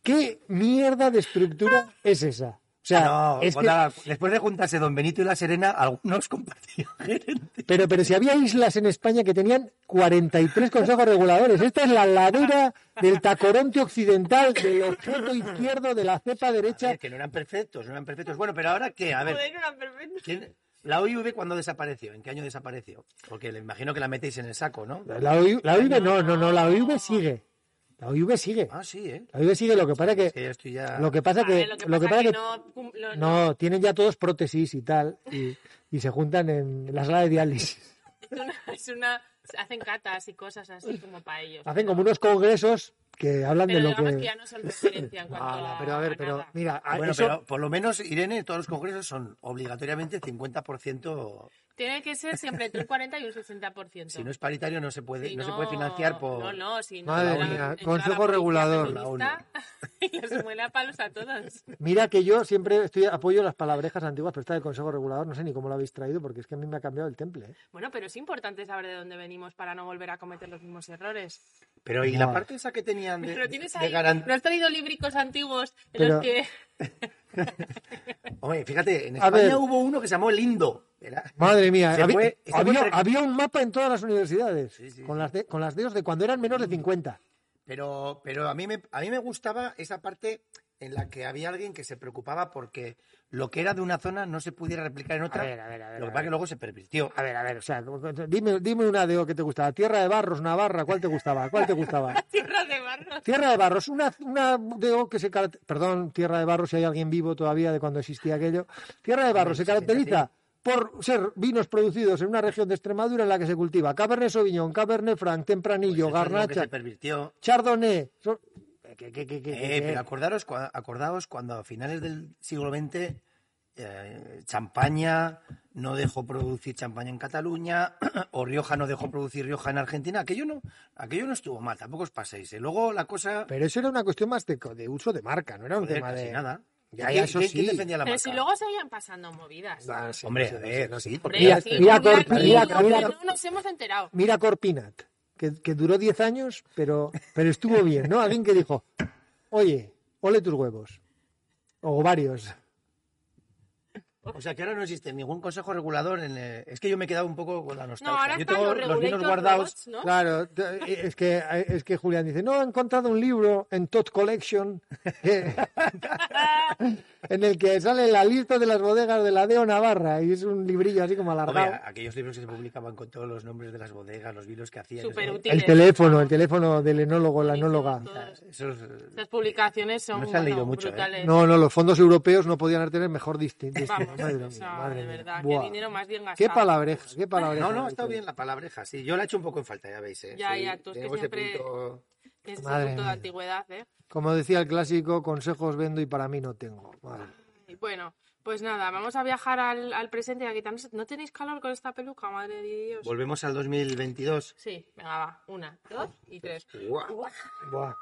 Speaker 3: ¿qué mierda de estructura es esa? O sea,
Speaker 5: No, pues
Speaker 3: es que-
Speaker 5: cuando- después de juntarse Don Benito y La Serena, algunos compartían gerente.
Speaker 3: pero, pero si había islas en España que tenían 43 consejos reguladores, esta es la ladera del tacoronte occidental, del objeto izquierdo, de la cepa
Speaker 5: A
Speaker 3: derecha.
Speaker 5: ver, que no eran perfectos, no eran perfectos. Bueno, pero ahora qué, a ver,
Speaker 4: Joder, eran perfectos.
Speaker 5: ¿quién- la OIV cuándo desapareció, en qué año desapareció, porque le imagino que la metéis en el saco, ¿no?
Speaker 3: La OIV, la OIV no, no, no, la OIV sigue. La OIV sigue.
Speaker 5: Ah, sí, ¿eh?
Speaker 3: La OIV sigue, lo que pasa
Speaker 5: Es
Speaker 3: que
Speaker 5: que ya estoy ya-
Speaker 3: lo que pasa
Speaker 4: A
Speaker 3: que
Speaker 4: ver, lo que
Speaker 3: lo que
Speaker 4: pasa
Speaker 3: pasa que
Speaker 4: no cum- lo-
Speaker 3: no tienen ya todos prótesis y tal y, y se juntan en la sala de diálisis.
Speaker 4: Es una, es una- hacen catas y cosas así como para ellos.
Speaker 3: Hacen como unos congresos que hablan de
Speaker 4: pero
Speaker 3: lo
Speaker 4: digamos que...
Speaker 3: que
Speaker 4: ya no son referencia en cuanto
Speaker 3: Ala,
Speaker 4: a,
Speaker 3: pero a ver, pero
Speaker 4: nada.
Speaker 3: mira, a-
Speaker 5: Bueno,
Speaker 3: eso-
Speaker 5: pero Ah, por lo menos, Irene, todos los congresos son obligatoriamente 50%,
Speaker 4: Tiene que ser siempre entre un 40 y un 60%.
Speaker 5: si no es paritario no se puede,
Speaker 4: Si
Speaker 5: no, se puede financiar por...
Speaker 4: No, no, si no...
Speaker 3: Madre
Speaker 4: entra-
Speaker 3: mía,
Speaker 4: entra la
Speaker 3: consejo
Speaker 4: policía
Speaker 3: regulador.
Speaker 4: feminista Y los muela a palos a todos.
Speaker 3: mira que yo siempre estoy apoyo las palabrejas antiguas, pero está del Consejo Regulador, no sé ni cómo lo habéis traído porque es que a mí me ha cambiado el temple. ¿eh?
Speaker 4: Bueno, pero es importante saber de dónde venimos para no volver a cometer los mismos errores.
Speaker 5: Pero y
Speaker 3: No.
Speaker 5: la parte esa que tenían de,
Speaker 4: Pero tienes
Speaker 5: de
Speaker 4: ahí...
Speaker 5: garan-
Speaker 4: ¿No has traído libricos antiguos en
Speaker 3: Pero-
Speaker 4: los que...
Speaker 5: Hombre, fíjate, en
Speaker 3: A ver.
Speaker 5: España hubo uno que se llamó El Lindo, era-
Speaker 3: Madre mía,
Speaker 5: Se
Speaker 3: había,
Speaker 5: fue- se fue
Speaker 3: había-
Speaker 5: entre-
Speaker 3: había un mapa en todas las universidades
Speaker 5: sí.
Speaker 3: con las de, con las dedos de cuando eran menos de 50.
Speaker 5: Pero, pero a, mí me, a mí me gustaba esa parte en la que había alguien que se preocupaba porque lo que era de una zona no se pudiera replicar en otra.
Speaker 3: ver, a ver, a ver,
Speaker 5: lo
Speaker 3: a
Speaker 5: que pasa
Speaker 3: ver.
Speaker 5: que luego se pervirtió.
Speaker 3: A ver, a ver, o sea, como- dime, dime una de que te gustaba. Tierra de Barros, Navarra, ¿cuál te gustaba? ¿Cuál te gustaba?
Speaker 4: Tierra de barro.
Speaker 3: Tierra de Barros, una, una DO que se caracteriza. Perdón, Tierra de Barros, si hay alguien vivo todavía de cuando existía aquello. Tierra de Barros se caracteriza por ser vinos producidos en una región de Extremadura en la que se cultiva Cabernet Sauvignon, Cabernet Franc,
Speaker 5: Pues
Speaker 3: Tempranillo,
Speaker 5: eso es lo que
Speaker 3: Garnacha,
Speaker 5: se pervirtió.
Speaker 3: Chardonnay. son- ¿Qué, qué, qué, qué,
Speaker 5: Eh,
Speaker 3: qué?
Speaker 5: pero acordaros, cua- acordaos cuando a finales del siglo XX eh, Champaña no dejó producir champaña en Cataluña o Rioja no dejó producir Rioja en Argentina. Aquello no, aquello no estuvo mal, tampoco os paséis. eh. Luego la cosa...
Speaker 3: Pero eso era una cuestión más de, co- de uso de marca, no era un
Speaker 5: joder,
Speaker 3: tema
Speaker 5: casi
Speaker 3: de.
Speaker 5: nada.
Speaker 3: Ya,
Speaker 5: ¿Quién-
Speaker 3: ya, eso
Speaker 5: quién- quién
Speaker 3: sí.
Speaker 5: defendía la
Speaker 4: Pero
Speaker 5: marca?
Speaker 4: si luego seguían pasando movidas.
Speaker 3: Ah, sí,
Speaker 5: Hombre,
Speaker 3: no sé,
Speaker 5: a
Speaker 3: no sé,
Speaker 5: ver,
Speaker 3: no sé.
Speaker 5: sí, porque
Speaker 4: Hombre,
Speaker 3: Mira-
Speaker 4: sí,
Speaker 3: mira
Speaker 4: mira,
Speaker 3: Corpina,
Speaker 4: aquí
Speaker 3: mira-
Speaker 4: lo que
Speaker 3: mira-
Speaker 4: no nos hemos enterado.
Speaker 3: Mira Corpinat, que, que duró 10 años, pero, pero estuvo bien, ¿no? Alguien que dijo, oye, ole tus huevos. O varios.
Speaker 5: O sea que ahora no existe ningún consejo regulador en eh, es que yo me he quedado un poco con la nostalgia.
Speaker 4: No, ahora
Speaker 5: yo
Speaker 4: están
Speaker 5: tengo
Speaker 4: los
Speaker 5: los vinos
Speaker 4: regulators
Speaker 5: guardados.
Speaker 4: robots, ¿no?
Speaker 3: Claro, te- eh, es que, es que Julián dice, no, he encontrado un libro en Todd Collection. que- eh, en el que sale la lista de las bodegas de la Deo Navarra y es un librillo así como
Speaker 5: Hombre,
Speaker 3: alargado.
Speaker 5: a- aquellos libros que se publicaban con todos los nombres de las bodegas, los vinos que hacían.
Speaker 4: Súper
Speaker 5: eso-
Speaker 4: útil.
Speaker 3: El teléfono, el teléfono del enólogo, la enóloga.
Speaker 4: Todas
Speaker 5: esos, eh,
Speaker 4: Estas publicaciones son
Speaker 5: No se han leído
Speaker 4: bueno,
Speaker 5: mucho, ¿eh?
Speaker 4: brutales.
Speaker 3: No, no, los fondos europeos no podían tener mejor distinción.
Speaker 4: Vamos, o sea, de verdad, qué dinero más bien gastado.
Speaker 3: Qué palabreja, qué palabreja.
Speaker 5: No, no, está bien la palabreja, sí. Yo la he hecho un poco en falta, ya veis. ¿eh?
Speaker 4: Ya,
Speaker 5: Sí,
Speaker 4: ya, tú es que
Speaker 5: tengo ese
Speaker 4: siempre-
Speaker 5: punto-
Speaker 4: Que es
Speaker 3: Madre
Speaker 4: un punto de
Speaker 3: mía.
Speaker 4: antigüedad, ¿eh?
Speaker 3: Como decía el clásico, consejos vendo y para mí no tengo. Vale.
Speaker 4: Y Bueno, pues nada, vamos a viajar al, al presente y a quitarnos... ¿No tenéis calor con esta peluca, madre de Dios?
Speaker 5: Volvemos al 2022.
Speaker 4: Sí, venga, va. Una, dos y tres.
Speaker 5: Guau,
Speaker 3: Buah.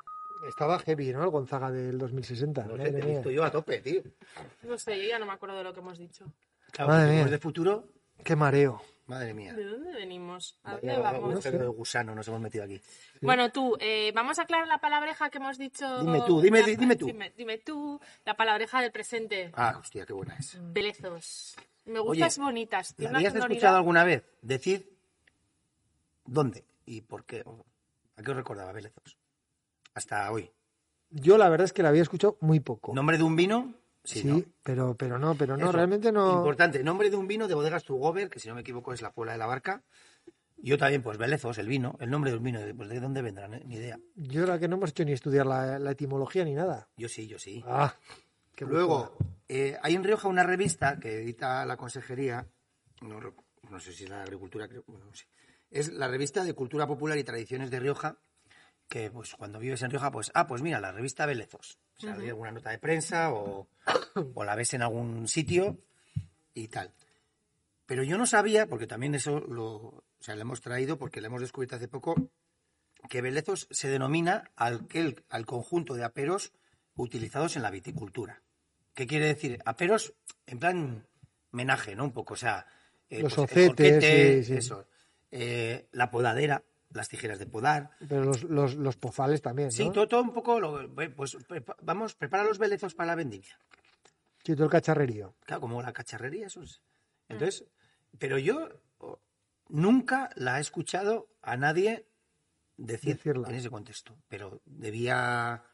Speaker 3: Estaba heavy, ¿no? El Gonzaga del 2060.
Speaker 5: no sé,
Speaker 3: madre
Speaker 5: te he
Speaker 3: mía.
Speaker 5: visto yo a tope, tío.
Speaker 4: No sé, yo ya no me acuerdo de lo que hemos dicho.
Speaker 5: Claro,
Speaker 3: Madre
Speaker 5: porque
Speaker 3: mía.
Speaker 5: como es de futuro,
Speaker 3: Qué mareo.
Speaker 5: madre mía.
Speaker 4: ¿De dónde venimos? ¿A
Speaker 5: Vaya
Speaker 4: dónde vamos?
Speaker 5: agujero de gusano nos hemos metido aquí.
Speaker 4: Bueno, tú, eh, vamos a aclarar la palabreja que hemos dicho.
Speaker 5: Dime tú, dime-
Speaker 4: La-
Speaker 5: dime tú.
Speaker 4: Dime, dime tú, la palabreja del presente.
Speaker 5: Ah, hostia, qué buena es.
Speaker 4: Belezos. Me
Speaker 5: Oye,
Speaker 4: gustas bonitas.
Speaker 5: ¿La
Speaker 4: Tiene una
Speaker 5: habías
Speaker 4: sonoridad-
Speaker 5: escuchado alguna vez? Decid dónde y por qué. o- ¿A qué os recordaba Belezos? Hasta hoy.
Speaker 3: Yo la verdad es que la había escuchado muy poco.
Speaker 5: ¿Nombre de un vino?
Speaker 3: sí,
Speaker 5: Sí, no.
Speaker 3: pero, pero no, pero no,
Speaker 5: Eso,
Speaker 3: realmente no.
Speaker 5: Importante, nombre de un vino de bodegas Trugover, que si no me equivoco es la Puebla de la Barca. Yo también, pues Belezos, el vino, el nombre del vino, pues de dónde vendrán, eh? ni idea.
Speaker 3: Yo la que no hemos hecho ni estudiar la, la etimología ni nada.
Speaker 5: Yo sí, yo sí.
Speaker 3: Ah, qué
Speaker 5: Luego, eh, hay en Rioja una revista que edita la consejería, no, rec- no sé si es la de agricultura, creo- bueno, no sé. es la revista de cultura popular y tradiciones de Rioja, que pues cuando vives en Rioja, pues, ah, pues mira, la revista Belezos. O sea, lees alguna nota de prensa o, o la ves en algún sitio y tal. Pero yo no sabía, porque también eso lo, o sea, lo hemos traído, porque lo hemos descubierto hace poco, que Belezos se denomina al, aquel- al conjunto de aperos utilizados en la viticultura. ¿Qué quiere decir? Aperos en plan menaje, ¿no? Un poco, o sea... eh,
Speaker 3: Los
Speaker 5: el
Speaker 3: ocetes,
Speaker 5: corquete,
Speaker 3: sí, sí.
Speaker 5: Eso. Eh, la podadera, las tijeras de podar.
Speaker 3: Pero los, los, los pozales también, ¿no?
Speaker 5: Sí, todo, todo un poco... lo- pues prepa- vamos, prepara los Belezos para la vendimia.
Speaker 3: Sí, todo el cacharrerío.
Speaker 5: Claro, como la cacharrería, eso es. Entonces, pero yo o, nunca la he escuchado a nadie decir
Speaker 3: Decirla.
Speaker 5: en ese contexto. Pero debía,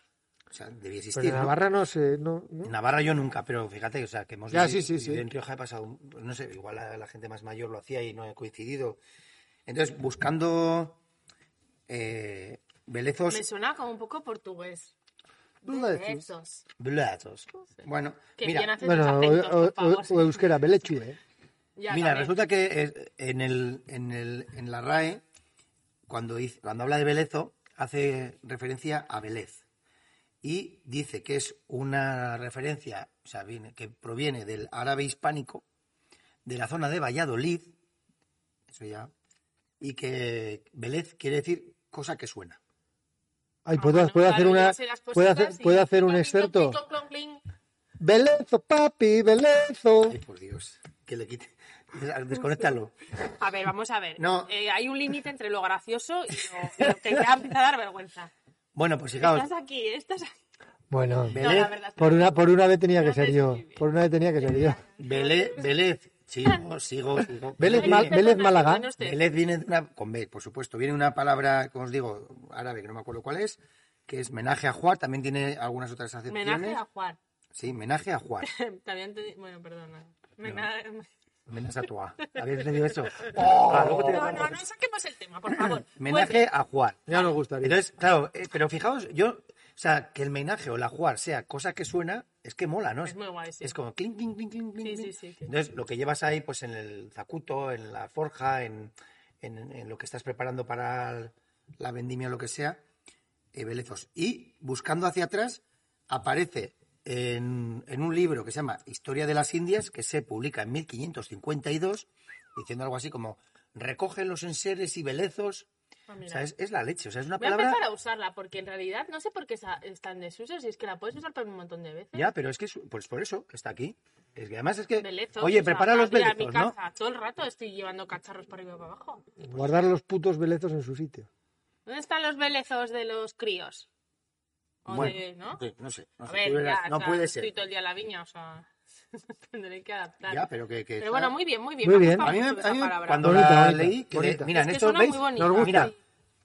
Speaker 5: o sea, debía
Speaker 3: Pero
Speaker 5: existir.
Speaker 3: en
Speaker 5: ¿no?
Speaker 3: Navarra no sé, no, no.
Speaker 5: En Navarra yo nunca, pero fíjate, o sea, que hemos
Speaker 3: Ya,
Speaker 5: vivido-
Speaker 3: sí, sí, sí.
Speaker 5: vivido en Rioja he pasado, un- no sé, igual la, la gente más mayor lo hacía y no he coincidido. Entonces, buscando eh, belezos
Speaker 4: Me suena como un poco portugués.
Speaker 3: No la decís.
Speaker 4: Belezos.
Speaker 5: belezos. Bueno,
Speaker 4: Que
Speaker 5: mira,
Speaker 4: bien hacen
Speaker 3: Bueno,
Speaker 4: los acentos,
Speaker 3: o, o-
Speaker 4: por favor.
Speaker 3: o- o euskera, belechu, ¿eh?
Speaker 4: Ya,
Speaker 5: Mira,
Speaker 4: también.
Speaker 5: resulta que eh, en, el, en, el, en la RAE, cuando, dice- cuando habla de Belezo, hace referencia a Belez. Y dice que es una referencia o sea, viene- que proviene del árabe hispánico, de la zona de Valladolid, eso ya, y que Belez quiere decir cosa que suena.
Speaker 3: Ay,
Speaker 4: Ah,
Speaker 3: puedo,
Speaker 4: bueno,
Speaker 3: puedo
Speaker 4: claro,
Speaker 3: hacer
Speaker 4: yo
Speaker 3: una,
Speaker 4: sé las
Speaker 3: puedo hacer,
Speaker 4: cositas y-
Speaker 3: puedo hacer un
Speaker 4: clon, clon,
Speaker 3: excerto.
Speaker 4: clon, clon, clon, clon.
Speaker 3: Belezo, papi, belezo.
Speaker 5: Ay, por Dios, que le quite. Desconéctalo.
Speaker 4: A ver, vamos a ver.
Speaker 5: No.
Speaker 4: Eh, hay un límite entre lo gracioso y lo, y lo que ya empieza a dar vergüenza.
Speaker 5: Bueno, pues fijaos,
Speaker 4: Estás aquí, estás aquí.
Speaker 3: Bueno,
Speaker 4: No, la verdad es que
Speaker 3: por una, por una vez tenía que
Speaker 4: No
Speaker 3: ser
Speaker 4: sé
Speaker 3: yo.
Speaker 4: si bien.
Speaker 3: Por una vez tenía que ser yo.
Speaker 5: Belez, Belez, sigo, sigo, sigo.
Speaker 3: Vélez
Speaker 5: Viene-
Speaker 3: Mal-
Speaker 4: Perdona,
Speaker 3: Vélez Málaga.
Speaker 4: perdone usted.
Speaker 5: Belez viene de una, con B, por supuesto, viene de una palabra, como os digo, árabe, que no me acuerdo cuál es, que es menaje a Juar, también tiene algunas otras acepciones.
Speaker 4: Homenaje a Juan.
Speaker 5: Sí, menaje a Juar.
Speaker 4: También te... Bueno, perdona. Mena-
Speaker 5: Menaje a Tuá. ¿Habéis entendido eso? Ah, luego te-
Speaker 4: No, no, no saquemos el tema, por favor. Pues,
Speaker 5: Menaje a Juar.
Speaker 3: Ya nos gustaría.
Speaker 5: Entonces, claro, eh, pero fijaos, yo, o sea, que el menaje o la Juar sea cosa que suena, es que mola, ¿no?
Speaker 4: Es muy guay, sí.
Speaker 5: Es como clink, clink, clink, clink, clink.
Speaker 4: sí,
Speaker 5: clink.
Speaker 4: sí, que-
Speaker 5: Entonces, lo que llevas ahí, pues en el zacuto, en la forja, en, en- en lo que estás preparando para el- la vendimia o lo que sea, eh, Belezos. Y buscando hacia atrás, aparece en, en un libro que se llama Historia de las Indias, que se publica en 1552, diciendo algo así como: recogen los enseres y belezos.
Speaker 4: Ah,
Speaker 5: O
Speaker 4: mira.
Speaker 5: sea, es, es la leche, o sea, es una
Speaker 4: Voy a
Speaker 5: palabra.
Speaker 4: empezar a usarla porque en realidad no sé por qué esa- está en desuso, si es que la puedes usar para un montón de veces.
Speaker 5: Ya, pero es que, es- pues por eso está aquí. Es que además es que.
Speaker 4: Belezos,
Speaker 5: oye,
Speaker 4: o sea,
Speaker 5: prepara los
Speaker 4: mira, en
Speaker 5: belezos, ¿no?
Speaker 4: mi casa todo el rato estoy llevando cacharros para arriba y para abajo.
Speaker 3: Guardar los putos belezos en su sitio.
Speaker 4: ¿Dónde están los belezos de los críos? O
Speaker 5: Bueno,
Speaker 4: de, ¿no?
Speaker 5: sí, no sé. no
Speaker 4: A
Speaker 5: sé,
Speaker 4: ver,
Speaker 5: tú verás,
Speaker 4: ya,
Speaker 5: no
Speaker 4: o sea,
Speaker 5: puede
Speaker 4: Estoy
Speaker 5: ser.
Speaker 4: todo el día en la viña, o sea, tendré que adaptar.
Speaker 5: Ya, pero que. que
Speaker 4: Pero
Speaker 5: está-
Speaker 4: bueno, muy bien, muy bien.
Speaker 3: Muy
Speaker 4: me ha
Speaker 3: bien.
Speaker 4: gustado
Speaker 5: A mí, me-
Speaker 4: mucho
Speaker 5: a mí
Speaker 4: esa
Speaker 5: me-
Speaker 4: palabra.
Speaker 5: cuando
Speaker 3: Bonita,
Speaker 5: la
Speaker 3: bonita,
Speaker 5: leí, que-
Speaker 3: bonita.
Speaker 5: mira,
Speaker 4: Es
Speaker 5: en
Speaker 4: que
Speaker 5: estos
Speaker 4: suena
Speaker 5: veis,
Speaker 4: muy bonita.
Speaker 5: Mira,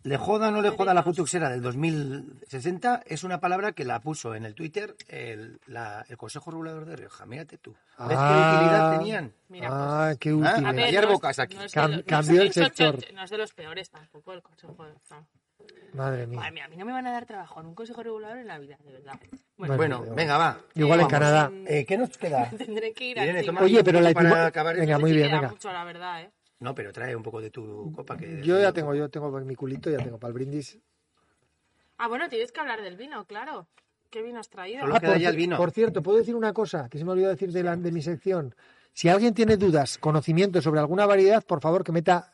Speaker 5: Le joda o no le joda la putuxera del 2060 es una palabra que la puso en el Twitter el, la- el Consejo Regulador de Rioja. Mírate tú. ¿Ves qué utilidad tenían?
Speaker 4: Mira, pues,
Speaker 3: ah,
Speaker 4: cosas.
Speaker 3: qué
Speaker 5: Ah,
Speaker 3: útil.
Speaker 5: a
Speaker 3: eh.
Speaker 5: ver. Ayer bocas aquí.
Speaker 4: es
Speaker 3: Cam-
Speaker 4: de los-
Speaker 3: cambió el
Speaker 4: es ocho-
Speaker 3: sector.
Speaker 4: No es de los peores tampoco el consejo. de- no.
Speaker 3: Madre mía.
Speaker 4: Madre mía, a mí no me van a dar trabajo en un consejo regulador en la vida, de verdad.
Speaker 3: Bueno,
Speaker 4: Bueno,
Speaker 5: Bueno,
Speaker 3: bueno.
Speaker 5: venga, va.
Speaker 3: Igual en
Speaker 5: Vamos.
Speaker 3: Canadá.
Speaker 5: Eh, ¿Qué nos queda?
Speaker 4: tendré que ir
Speaker 5: Irene,
Speaker 4: al
Speaker 5: toma-
Speaker 4: cine.
Speaker 3: Oye, pero la
Speaker 5: Para
Speaker 3: etimología.
Speaker 5: acabar este esto.
Speaker 3: Venga,
Speaker 4: Sí
Speaker 3: muy
Speaker 4: que
Speaker 3: bien,
Speaker 4: da
Speaker 3: venga.
Speaker 4: mucho, la verdad, ¿eh?
Speaker 5: No, pero trae un poco de tu copa. Que
Speaker 3: Mm, Yo ya tengo, yo tengo mi culito, ya tengo para el brindis.
Speaker 4: Ah, bueno, tienes que hablar del vino, claro. ¿Qué vino has traído?
Speaker 5: Solo- queda
Speaker 3: Ah, por,
Speaker 5: ya el
Speaker 3: ci-
Speaker 5: vino.
Speaker 3: por cierto, puedo decir una cosa que se me olvidó decir de, la- de mi sección. Si alguien tiene dudas, conocimientos sobre alguna variedad, por favor que meta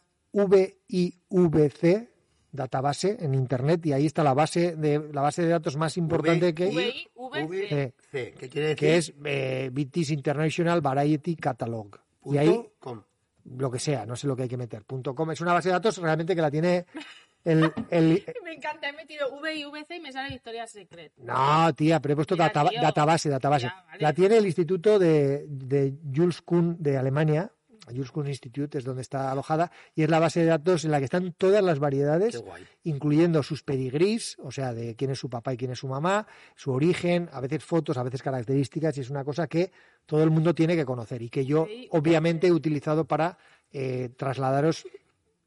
Speaker 3: VIVC database en internet y ahí está la base de la base de datos más importante que
Speaker 4: VI, VC.
Speaker 5: VC. ¿Qué quiere decir?
Speaker 3: que es eh, BT's International Variety Catalog. Y
Speaker 5: Punto
Speaker 3: ahí
Speaker 5: com.
Speaker 3: lo que sea, no sé lo que hay que meter. Punto com es una base de datos realmente que la tiene el, el-
Speaker 4: Me encanta, he metido VI, VC y me sale Victoria's Secret.
Speaker 3: No, tía, pero he puesto
Speaker 4: Mira,
Speaker 3: data-
Speaker 4: tío.
Speaker 3: database, database.
Speaker 4: Ya, vale.
Speaker 3: La tiene el instituto de, de Jules Kuhn de Alemania. Jules Kuhn Institute es donde está alojada y es la base de datos en la que están todas las
Speaker 5: Qué
Speaker 3: variedades,
Speaker 5: guay.
Speaker 3: incluyendo sus pedigrís, o sea, de quién es su papá y quién es su mamá, su origen, a veces fotos, a veces características, y es una cosa que todo el mundo tiene que conocer y que yo,
Speaker 4: Sí,
Speaker 3: obviamente, he utilizado para eh, trasladaros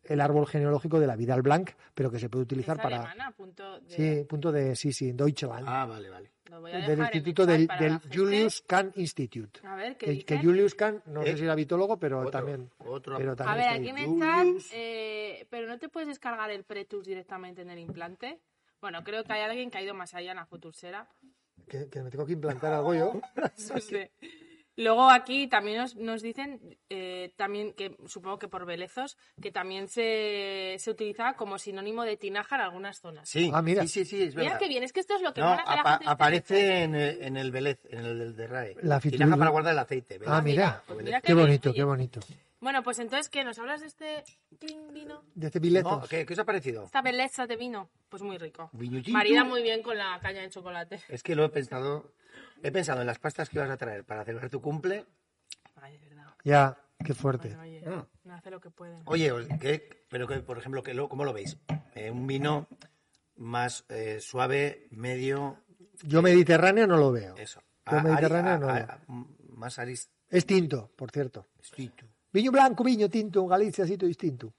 Speaker 3: el árbol genealógico de la Vidal Blanc, pero que se puede
Speaker 4: Es
Speaker 3: utilizar para...
Speaker 4: alemana, punto de...
Speaker 3: Sí, punto de... Sí, sí, Deutschland
Speaker 5: Ah, vale, vale.
Speaker 4: Lo voy a
Speaker 3: del
Speaker 4: dejar en
Speaker 3: instituto
Speaker 4: el chat
Speaker 3: del,
Speaker 4: para
Speaker 3: del
Speaker 4: la gente.
Speaker 3: Julius Kahn Institute.
Speaker 4: A ver, ¿qué
Speaker 3: Que,
Speaker 4: dice?
Speaker 3: que Julius Kahn, no
Speaker 5: Eh,
Speaker 3: sé si era bitólogo, pero
Speaker 5: otro,
Speaker 3: también.
Speaker 5: otro.
Speaker 3: pero
Speaker 4: A
Speaker 3: también
Speaker 4: ver,
Speaker 3: está ahí.
Speaker 4: aquí en el
Speaker 5: Julius.
Speaker 4: chat, eh, pero no te puedes descargar el Pretus directamente en el implante. Bueno, creo que hay alguien que ha ido más allá en la futursera.
Speaker 3: Que, que me tengo que implantar algo yo.
Speaker 4: No sé. Luego aquí también nos, nos dicen, eh, también que supongo que por velezos, que también se, se utilizaba como sinónimo de tinaja en algunas zonas.
Speaker 5: Sí,
Speaker 3: Ah, mira.
Speaker 5: sí, sí, sí, es
Speaker 4: Mira
Speaker 5: verdad.
Speaker 4: que bien, es que esto es lo que
Speaker 5: No,
Speaker 4: mola que la
Speaker 5: apa-
Speaker 4: gente este
Speaker 5: aparece en, el- en el Belez, en el del de RAE.
Speaker 3: La fitur-
Speaker 5: Tinaja para guardar el aceite. ¿ves?
Speaker 3: Ah, mira.
Speaker 4: pues mira
Speaker 3: Qué
Speaker 4: que bien,
Speaker 3: bonito,
Speaker 4: oye.
Speaker 3: qué bonito.
Speaker 4: Bueno, pues entonces, ¿qué? ¿Nos hablas de este cling vino?
Speaker 3: De este
Speaker 5: No, ¿qué, qué os ha parecido?
Speaker 4: Esta belleza de vino, pues muy rico.
Speaker 5: Viñutinto.
Speaker 4: Marida muy bien con la caña de chocolate.
Speaker 5: Es que lo he pensado. He pensado en las pastas que ibas a traer para celebrar tu cumple.
Speaker 4: Ay, de verdad.
Speaker 3: Ya, qué fuerte.
Speaker 4: Bueno, oye,
Speaker 5: Ah.
Speaker 4: no hace lo que puede.
Speaker 5: Oye, ¿qué- pero que, por ejemplo, que lo- ¿cómo lo veis? Eh, un vino más eh, suave, medio,
Speaker 3: Yo Mediterráneo no lo veo.
Speaker 5: eso.
Speaker 3: Yo
Speaker 5: A-
Speaker 3: Mediterráneo
Speaker 5: a-
Speaker 3: no.
Speaker 5: a-
Speaker 3: lo veo.
Speaker 5: a- más aris-
Speaker 3: Es tinto, por cierto.
Speaker 5: estrito.
Speaker 3: Viño blanco, viño tinto, un Galicia, sitio distinto.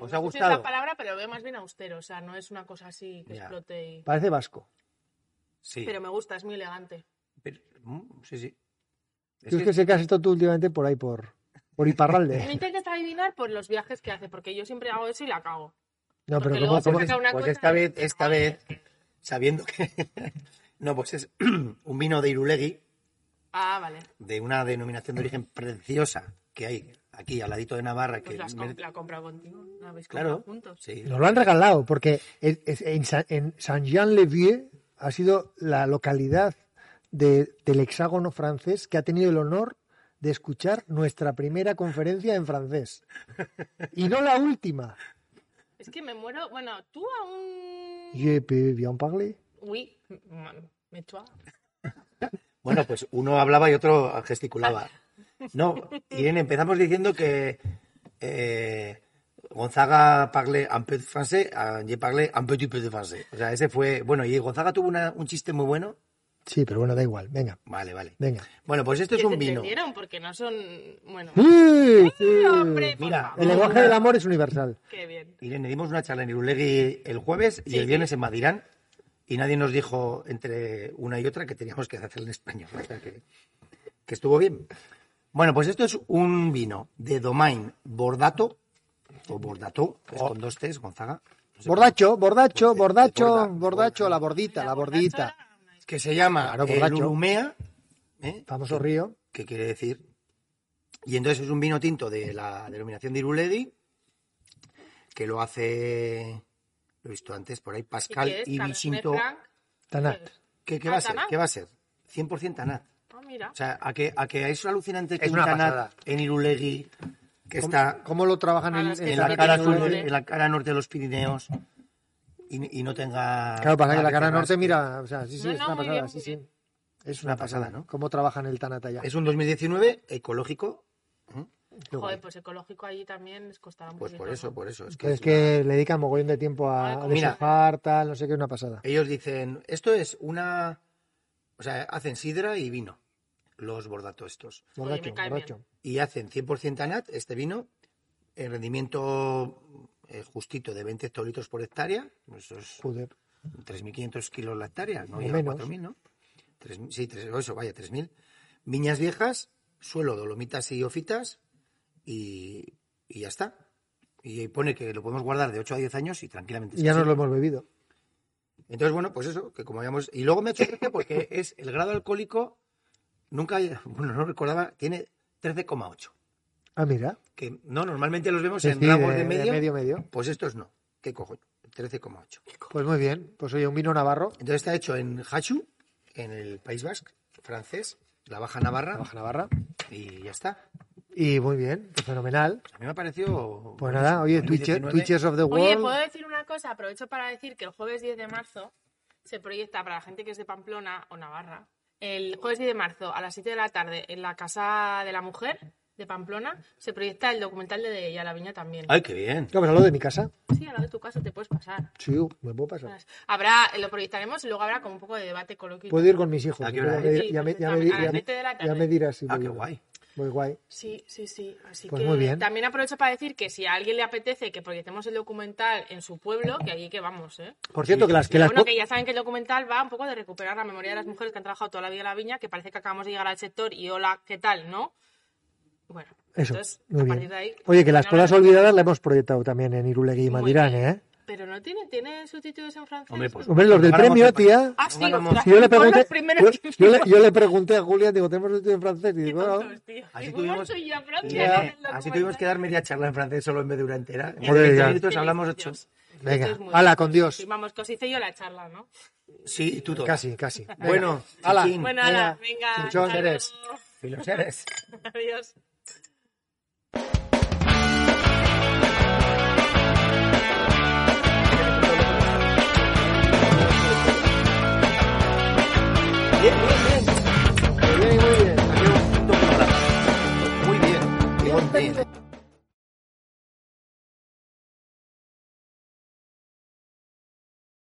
Speaker 5: ¿Os
Speaker 4: no
Speaker 5: ha
Speaker 4: sé si
Speaker 5: gustado?
Speaker 4: es la palabra, pero lo veo más bien austero. O sea, no es una cosa así que
Speaker 5: Ya. Pues
Speaker 4: explote y...
Speaker 3: Parece vasco.
Speaker 5: Sí.
Speaker 4: Pero me gusta, es muy elegante.
Speaker 5: Pero- mm, sí, sí. Es
Speaker 3: Yo es
Speaker 5: que-
Speaker 3: que sé que has estado tú últimamente por ahí, por, por
Speaker 4: No
Speaker 3: Iparralde.
Speaker 4: intentes adivinar por los viajes que hace, porque yo siempre hago eso y la cago.
Speaker 3: No,
Speaker 4: Porque
Speaker 3: pero como,
Speaker 4: luego se
Speaker 3: como-
Speaker 4: saca una
Speaker 5: pues
Speaker 4: cosa
Speaker 5: esta
Speaker 4: y-
Speaker 5: vez, esta vez, sabiendo que... no, pues es un vino de Irulegui,
Speaker 4: Ah, vale.
Speaker 5: de una denominación de origen preciosa que hay aquí al ladito de Navarra.
Speaker 4: Pues
Speaker 5: que
Speaker 4: la has
Speaker 5: merece-
Speaker 4: comp- la he comprado contigo. La habéis comprado
Speaker 5: Claro,
Speaker 4: juntos.
Speaker 5: sí.
Speaker 3: Nos lo han regalado porque es- es- en, Sa- en Saint-Jean-le-Vieux ha sido la localidad de- del hexágono francés que ha tenido el honor de escuchar nuestra primera conferencia en francés. Y no la última.
Speaker 4: Es que me muero. Bueno, tú aún.
Speaker 3: Je peux bien parler.
Speaker 4: Uy, mm, me chua.
Speaker 5: Bueno, pues uno hablaba y otro gesticulaba. No, Irene, empezamos diciendo que eh, Gonzaga parle un peu de français, ah, je parle un petit peu de français. O sea, ese fue... Bueno, y Gonzaga tuvo una- un chiste muy bueno.
Speaker 3: Sí, pero bueno, da igual. Venga,
Speaker 5: Vale, vale.
Speaker 3: venga.
Speaker 5: Bueno, pues esto
Speaker 4: Que
Speaker 5: es
Speaker 4: se
Speaker 5: un vino.
Speaker 4: entendieron porque no son. Bueno.
Speaker 3: ¡Sí!
Speaker 4: Sí, hombre, por
Speaker 5: Eh, Mira,
Speaker 4: favor.
Speaker 3: El lenguaje del amor es universal.
Speaker 4: Qué bien.
Speaker 5: Irene, dimos una charla en Irulegui el jueves y
Speaker 4: Sí,
Speaker 5: el viernes en Madirán y nadie nos dijo entre una y otra que teníamos que hacer en español. O sea que, que estuvo bien. Bueno, pues esto es un vino de Domain Bordato, o Bordato, que es con dos T's, Gonzaga. no sé
Speaker 3: Oh. Bordacho, bordacho,
Speaker 5: Porque-
Speaker 3: bordacho,
Speaker 5: borda-
Speaker 3: bordacho, la bordita,
Speaker 4: La
Speaker 3: la
Speaker 4: borracha
Speaker 3: bordita.
Speaker 4: era una-
Speaker 5: cómo. Que se llama
Speaker 3: Claro,
Speaker 5: el
Speaker 3: bordacho.
Speaker 5: Urumea, ¿eh?
Speaker 3: Famoso río.
Speaker 5: que quiere decir. Y entonces es un vino tinto de la denominación de Irulegui, que lo hace, lo he visto antes por ahí,
Speaker 4: ¿Y
Speaker 5: Pascal
Speaker 4: qué es?
Speaker 5: y
Speaker 4: Cabernet
Speaker 5: Vicinto.
Speaker 4: Franc.
Speaker 3: Tanat.
Speaker 5: ¿Qué, qué va a ser?
Speaker 4: ¿Tanat?
Speaker 5: ¿Qué va a ser? 100% Tanat.
Speaker 4: Ah, mira.
Speaker 5: O sea, a que, a que es alucinante que
Speaker 3: Es
Speaker 5: un
Speaker 3: una
Speaker 5: Tanat
Speaker 3: pasada.
Speaker 5: en Irulegui, que está
Speaker 3: ¿Cómo lo trabajan en,
Speaker 4: Ah, es que
Speaker 5: en
Speaker 4: eso
Speaker 5: la,
Speaker 4: no
Speaker 5: cara
Speaker 4: tiene
Speaker 5: sur,
Speaker 4: nombre.
Speaker 5: en la cara norte de los Pirineos, y, y no tenga...
Speaker 3: Claro, pasa que la
Speaker 5: nada
Speaker 3: cara norte
Speaker 5: rasque.
Speaker 3: mira, o sea, sí, sí,
Speaker 4: No,
Speaker 3: es
Speaker 4: no,
Speaker 3: una
Speaker 4: muy
Speaker 3: pasada,
Speaker 4: bien,
Speaker 3: sí,
Speaker 4: muy
Speaker 3: sí.
Speaker 4: bien.
Speaker 3: Es
Speaker 5: una
Speaker 3: una pasada,
Speaker 5: pasada,
Speaker 3: ¿no? Cómo trabajan el Tanat allá.
Speaker 5: Es un 2019 ecológico, ¿eh?
Speaker 3: Qué guay.
Speaker 4: Joder, pues ecológico allí también les costará
Speaker 5: Pues
Speaker 4: mucho.
Speaker 5: por eso, por eso. Es que,
Speaker 3: Es
Speaker 5: es una-
Speaker 3: que le dedican mogollón de tiempo a,
Speaker 4: Ay,
Speaker 3: a
Speaker 4: como-
Speaker 5: Mira.
Speaker 3: deshojar, tal, no sé qué, una pasada.
Speaker 5: Ellos dicen, esto es una... O sea, hacen sidra y vino, los bordato estos.
Speaker 4: Oye, me
Speaker 3: Borracho,
Speaker 4: cae
Speaker 3: borracho.
Speaker 5: Y hacen 100% anat, este vino, en rendimiento eh, justito de 20 hectolitros por hectárea. Eso es
Speaker 3: Joder.
Speaker 5: 3.500 kilos la hectárea, no
Speaker 3: O
Speaker 5: llega a
Speaker 3: menos.
Speaker 5: 4.000, ¿no? 3.000, sí, tres- o eso, vaya, 3.000. Viñas viejas, suelo, dolomitas y ofitas y, y ya está. Y ahí pone que lo podemos guardar de 8 a 10 años y tranquilamente.
Speaker 3: Y
Speaker 5: es
Speaker 3: ya
Speaker 5: así.
Speaker 3: nos lo hemos bebido.
Speaker 5: Entonces, bueno, pues eso, que como habíamos... Y luego me ha hecho gracia porque es el grado alcohólico, nunca, bueno, no recordaba, tiene 13,8.
Speaker 3: Ah, mira.
Speaker 5: Que no, normalmente los vemos
Speaker 3: Sí,
Speaker 5: en
Speaker 3: sí,
Speaker 5: rangos
Speaker 3: de-
Speaker 5: Pues de,
Speaker 3: de
Speaker 5: medio,
Speaker 3: medio, medio.
Speaker 5: Pues estos no. ¿Qué cojones? 13,8.
Speaker 3: Pues muy bien. Pues oye, un vino navarro.
Speaker 5: Entonces está hecho en Hachu, en el País Vasco, francés, la Baja Navarra,
Speaker 3: la Baja Navarra.
Speaker 5: y ya está.
Speaker 3: Y muy bien, pues fenomenal.
Speaker 5: A mí me pareció.
Speaker 3: Pues nada, oye, Twitches,
Speaker 5: 2019.
Speaker 3: Twitches of the
Speaker 4: Oye, pues-
Speaker 3: World.
Speaker 4: ¿puedo decir una cosa? Aprovecho para decir que el jueves 10 de marzo se proyecta para la gente que es de Pamplona o Navarra. El jueves 10 de marzo a las 7 de la tarde en la Casa de la Mujer de Pamplona se proyecta el documental de Y a la Viña también.
Speaker 5: Ay, qué bien.
Speaker 3: Ya, pues, al lado de mi casa.
Speaker 4: Sí, al lado de tu casa te puedes pasar.
Speaker 3: Sí,
Speaker 5: Mm.
Speaker 3: me puedo
Speaker 4: Ah,
Speaker 3: pasar.
Speaker 4: Habrá, lo proyectaremos y luego habrá como un poco de debate coloquio. y
Speaker 3: Puedo ir con mis hijos.
Speaker 5: ¿A qué
Speaker 3: ya
Speaker 5: hora
Speaker 3: me-
Speaker 4: es?
Speaker 3: ya me- ya me-
Speaker 4: Sí,
Speaker 3: ya
Speaker 4: a
Speaker 3: me-
Speaker 4: las siete de la tarde.
Speaker 3: ya me dirás si
Speaker 5: Ah,
Speaker 3: voy
Speaker 5: qué
Speaker 3: o no.
Speaker 5: guay.
Speaker 3: Muy guay.
Speaker 4: Sí, sí, sí. Así
Speaker 3: Pues
Speaker 4: que
Speaker 3: muy bien.
Speaker 4: también aprovecho para decir que si a alguien le apetece que proyectemos el documental en su pueblo, que allí que vamos, ¿eh?
Speaker 3: Por cierto, que las que las
Speaker 4: Bueno, que ya saben que el documental va un poco de recuperar la memoria de las mujeres que han trabajado toda la vida en la viña, que parece que acabamos de llegar al sector y hola, ¿qué tal? ¿No? Bueno,
Speaker 3: Eso,
Speaker 4: entonces,
Speaker 3: muy
Speaker 4: a
Speaker 3: bien.
Speaker 4: partir de ahí...
Speaker 3: Oye, que las
Speaker 4: no
Speaker 3: colas
Speaker 4: habrá-
Speaker 3: olvidadas las hemos proyectado también en Irulegui y
Speaker 4: Muy
Speaker 3: Madirán,
Speaker 4: bien.
Speaker 3: ¿eh?
Speaker 4: Pero no tiene, tiene subtítulos en francés.
Speaker 5: Hombre, pues-
Speaker 3: Hombre, los del
Speaker 5: Ahora
Speaker 3: premio,
Speaker 5: vamos a-
Speaker 3: tía.
Speaker 4: Ah, sí,
Speaker 5: Ahora vamos.
Speaker 4: ostras,
Speaker 3: Si yo le
Speaker 4: con los
Speaker 3: pregunté, yo,
Speaker 4: primeros
Speaker 3: yo le, yo le pregunté a Julián, digo, ¿tenemos estudio en francés? Y
Speaker 4: Qué
Speaker 3: digo, "Ah".
Speaker 4: tontos, tío.
Speaker 5: Así
Speaker 4: Y fuimos
Speaker 5: tuvimos,
Speaker 4: tú y yo a Francia,
Speaker 5: Irene,
Speaker 4: ¿no? En el
Speaker 5: así
Speaker 4: documental.
Speaker 5: tuvimos que dar media charla en francés solo en vez de una entera. En
Speaker 3: Joder,
Speaker 5: 20
Speaker 3: ya.
Speaker 5: minutos hablamos ocho.
Speaker 4: Dios.
Speaker 3: Venga,
Speaker 4: Esto es muy
Speaker 3: hala,
Speaker 4: bien.
Speaker 3: con Dios.
Speaker 4: Sí, Vamos, que os hice yo la charla, ¿no?
Speaker 5: Sí, y tú todo.
Speaker 3: Casi, casi.
Speaker 5: Bueno,
Speaker 3: Hala.
Speaker 5: chiquín,
Speaker 4: Bueno, hala, venga.
Speaker 5: Chichón,
Speaker 4: hasta
Speaker 5: eres.
Speaker 4: luego.
Speaker 5: filoseres.
Speaker 4: Adiós.
Speaker 3: Muy bien, muy bien.